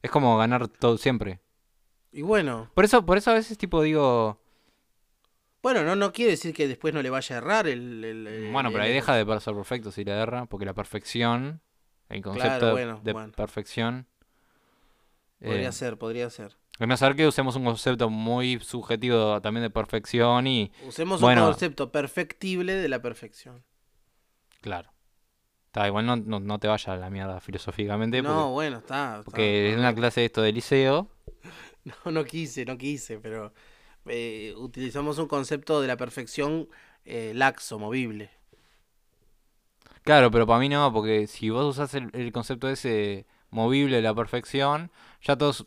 [SPEAKER 1] Es como ganar todo siempre.
[SPEAKER 2] Y bueno,
[SPEAKER 1] Por eso, por eso a veces, tipo, digo.
[SPEAKER 2] bueno, no, no quiere decir que después no le vaya a errar el... el- el-
[SPEAKER 1] Bueno, pero ahí
[SPEAKER 2] el-
[SPEAKER 1] deja de ser perfecto si la erra, porque la perfección. El concepto
[SPEAKER 2] Claro,
[SPEAKER 1] de-
[SPEAKER 2] bueno,
[SPEAKER 1] de
[SPEAKER 2] bueno.
[SPEAKER 1] perfección.
[SPEAKER 2] Podría
[SPEAKER 1] eh,
[SPEAKER 2] ser, podría ser.
[SPEAKER 1] a no ser que usemos un concepto muy subjetivo también de perfección y.
[SPEAKER 2] Usemos
[SPEAKER 1] bueno.
[SPEAKER 2] un concepto perfectible de la perfección.
[SPEAKER 1] Claro. Está, igual no, no, no te vaya a la mierda filosóficamente.
[SPEAKER 2] no, bueno, está. está.
[SPEAKER 1] porque porque es una clase de esto de liceo.
[SPEAKER 2] No, no quise, no quise, pero eh, utilizamos un concepto de la perfección eh, laxo, movible.
[SPEAKER 1] Claro, pero para mí no, porque si vos usás el, el concepto ese movible de la perfección, ya todo, es-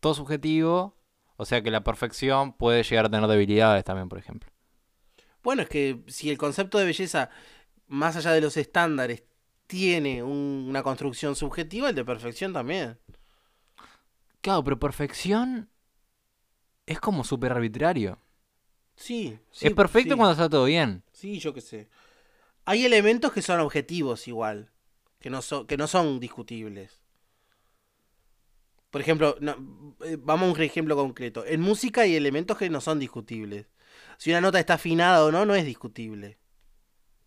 [SPEAKER 1] todo es subjetivo, o sea que la perfección puede llegar a tener debilidades también, por ejemplo.
[SPEAKER 2] Bueno, es que si el concepto de belleza, más allá de los estándares, tiene un- una construcción subjetiva, el de perfección también.
[SPEAKER 1] Claro, pero perfección es como súper arbitrario.
[SPEAKER 2] Sí,
[SPEAKER 1] es perfecto cuando está todo bien.
[SPEAKER 2] Sí, yo qué sé. Hay elementos que son objetivos igual, que no, son que no son discutibles. Por ejemplo, no- eh, vamos a un ejemplo concreto. En música hay elementos que no son discutibles. Si una nota está afinada o no, no es discutible.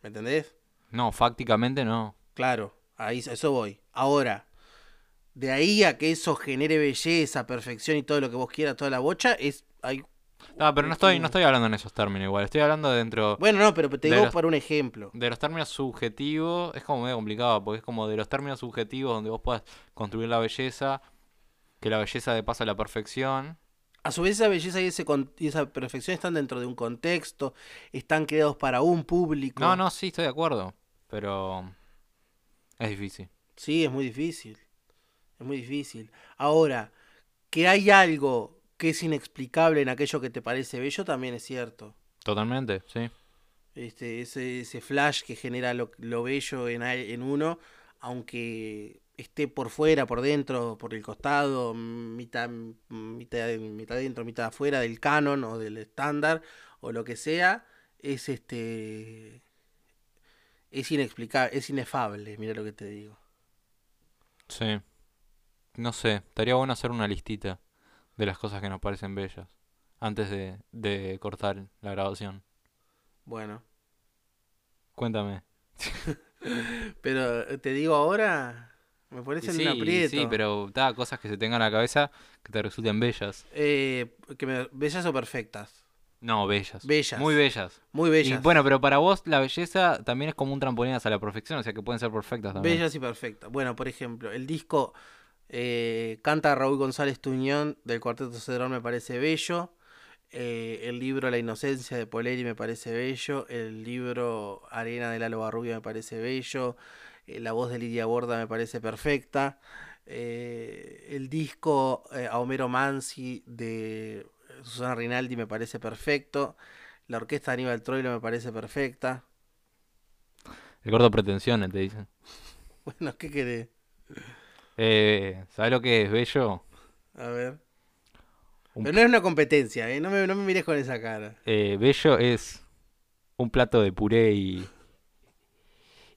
[SPEAKER 2] ¿Me entendés?
[SPEAKER 1] No, fácticamente no.
[SPEAKER 2] Claro, ahí a eso voy. Ahora, de ahí a que eso genere belleza, perfección y todo lo que vos quieras, toda la bocha, es... Hay...
[SPEAKER 1] Ah, pero no estoy, no
[SPEAKER 2] Mm.
[SPEAKER 1] estoy hablando en esos términos igual, estoy hablando dentro
[SPEAKER 2] Bueno, no, pero te
[SPEAKER 1] De
[SPEAKER 2] digo
[SPEAKER 1] los-
[SPEAKER 2] por un ejemplo.
[SPEAKER 1] de los términos subjetivos, es como medio complicado, porque es como de los términos subjetivos donde vos puedas construir la belleza, que la belleza de paso a la perfección.
[SPEAKER 2] A su vez esa belleza y, ese con- y esa perfección están dentro de un contexto, están creados para un público.
[SPEAKER 1] No, no, sí, estoy de acuerdo. Pero es difícil.
[SPEAKER 2] Sí, es muy difícil. Es muy difícil. Ahora, que hay algo que es inexplicable en aquello que te parece bello también es cierto.
[SPEAKER 1] Totalmente, sí.
[SPEAKER 2] Este, ese, ese flash que genera lo, lo bello en, al- en uno, aunque esté por fuera, por dentro, por el costado, mitad, mitad, mitad dentro, mitad afuera del canon o del estándar o lo que sea, es este es inexplicable, es inefable, mira lo que te digo.
[SPEAKER 1] Sí. No sé, estaría bueno hacer una listita de las cosas que nos parecen bellas antes de, de cortar la grabación.
[SPEAKER 2] Bueno,
[SPEAKER 1] Cuéntame.
[SPEAKER 2] pero eh, te digo ahora, me
[SPEAKER 1] Y
[SPEAKER 2] pones en
[SPEAKER 1] sí,
[SPEAKER 2] un
[SPEAKER 1] y
[SPEAKER 2] aprieto.
[SPEAKER 1] sí, pero da cosas que se tengan en la cabeza que te resulten bellas.
[SPEAKER 2] Eh, que me- bellas o perfectas.
[SPEAKER 1] No, bellas.
[SPEAKER 2] Bellas.
[SPEAKER 1] Muy bellas.
[SPEAKER 2] Muy
[SPEAKER 1] Y
[SPEAKER 2] bellas.
[SPEAKER 1] bueno, pero para vos la belleza también es como un trampolín hacia la perfección, o sea que pueden ser perfectas también.
[SPEAKER 2] Bellas y perfectas. Bueno, por ejemplo, el disco eh, canta Raúl González Tuñón del Cuarteto Cedrón me parece bello. Eh, el libro La Inocencia de Poleri me parece bello. El libro Arena de Lalo Barrubia me parece bello. Eh, la voz de Lidia Borda me parece perfecta. Eh, el disco eh, a Homero Mansi de eh, Susana Rinaldi me parece perfecto. La orquesta de Aníbal Troilo me parece perfecta.
[SPEAKER 1] El gordo pretensiones, te dicen.
[SPEAKER 2] Bueno, ¿qué querés?
[SPEAKER 1] Eh, ¿Sabes lo que es bello?
[SPEAKER 2] A ver.
[SPEAKER 1] Un-
[SPEAKER 2] Pero no es una competencia, ¿eh? No me, no me mires con esa cara.
[SPEAKER 1] Eh, bello es un plato de puré y,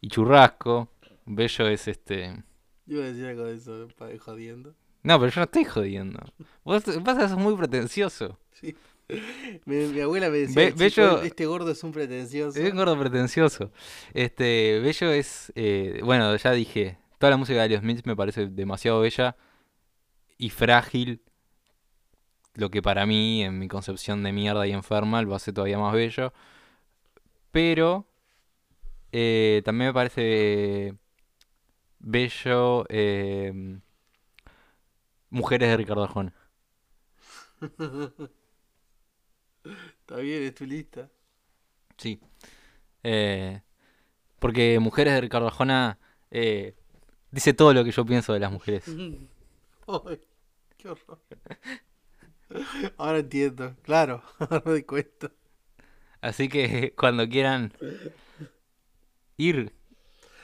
[SPEAKER 1] y churrasco. Bello es este.
[SPEAKER 2] Yo iba a decir algo de eso, pa- jodiendo.
[SPEAKER 1] No, pero yo no estoy jodiendo. Vos, vos sos muy pretencioso.
[SPEAKER 2] Mi, mi abuela me decía,
[SPEAKER 1] Be-
[SPEAKER 2] "Chico,
[SPEAKER 1] bello-
[SPEAKER 2] este gordo es un pretencioso.
[SPEAKER 1] Es un gordo pretencioso. Este, bello es. eh, bueno, ya dije. Toda la música de Alice Smith me parece demasiado bella y frágil. Lo que para mí, en mi concepción de mierda y enferma, lo hace todavía más bello. Pero. eh, también me parece. eh, Bello. eh, Mujeres de Ricardo Arjona.
[SPEAKER 2] Está bien, es tu lista.
[SPEAKER 1] Sí. Eh, porque Mujeres de Ricardo Arjona eh, dice todo lo que yo pienso de las mujeres.
[SPEAKER 2] Ay, qué horror. Ahora entiendo, claro, ahora me doy cuenta.
[SPEAKER 1] Así que cuando quieran ir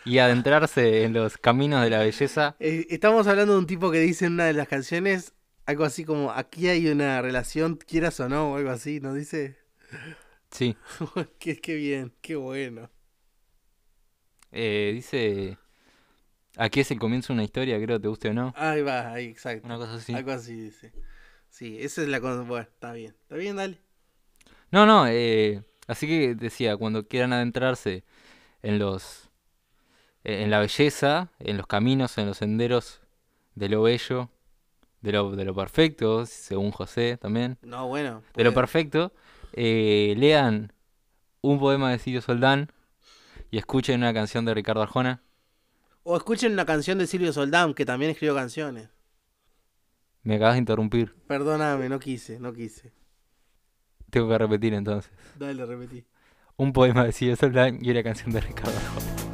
[SPEAKER 1] y adentrarse en los caminos de la belleza,
[SPEAKER 2] Eh, estamos hablando de un tipo que dice en una de las canciones algo así como, aquí hay una relación, quieras o no, o algo así, ¿no dice?
[SPEAKER 1] sí.
[SPEAKER 2] qué, qué bien, qué bueno.
[SPEAKER 1] Eh, dice, aquí es el comienzo de una historia, creo, te guste o no.
[SPEAKER 2] Ahí va, ahí, exacto.
[SPEAKER 1] Una cosa así.
[SPEAKER 2] Algo así dice. Sí, esa es la cosa. Bueno, está bien. Está bien, dale.
[SPEAKER 1] No, no, eh, así que decía, cuando quieran adentrarse en los, eh, en la belleza, en los caminos, en los senderos de lo bello, de lo, de lo perfecto, según José también,
[SPEAKER 2] No, bueno. pues,
[SPEAKER 1] de lo
[SPEAKER 2] puede.
[SPEAKER 1] perfecto, eh, lean un poema de Silvio Soldán y escuchen una canción de Ricardo Arjona.
[SPEAKER 2] O escuchen una canción de Silvio Soldán, que también escribió canciones.
[SPEAKER 1] Me acabas de interrumpir,
[SPEAKER 2] Perdóname, no quise, no quise.
[SPEAKER 1] tengo que repetir entonces.
[SPEAKER 2] Dale, repetí.
[SPEAKER 1] Un poema de Silvio Soldán y una canción de Ricardo Arjona.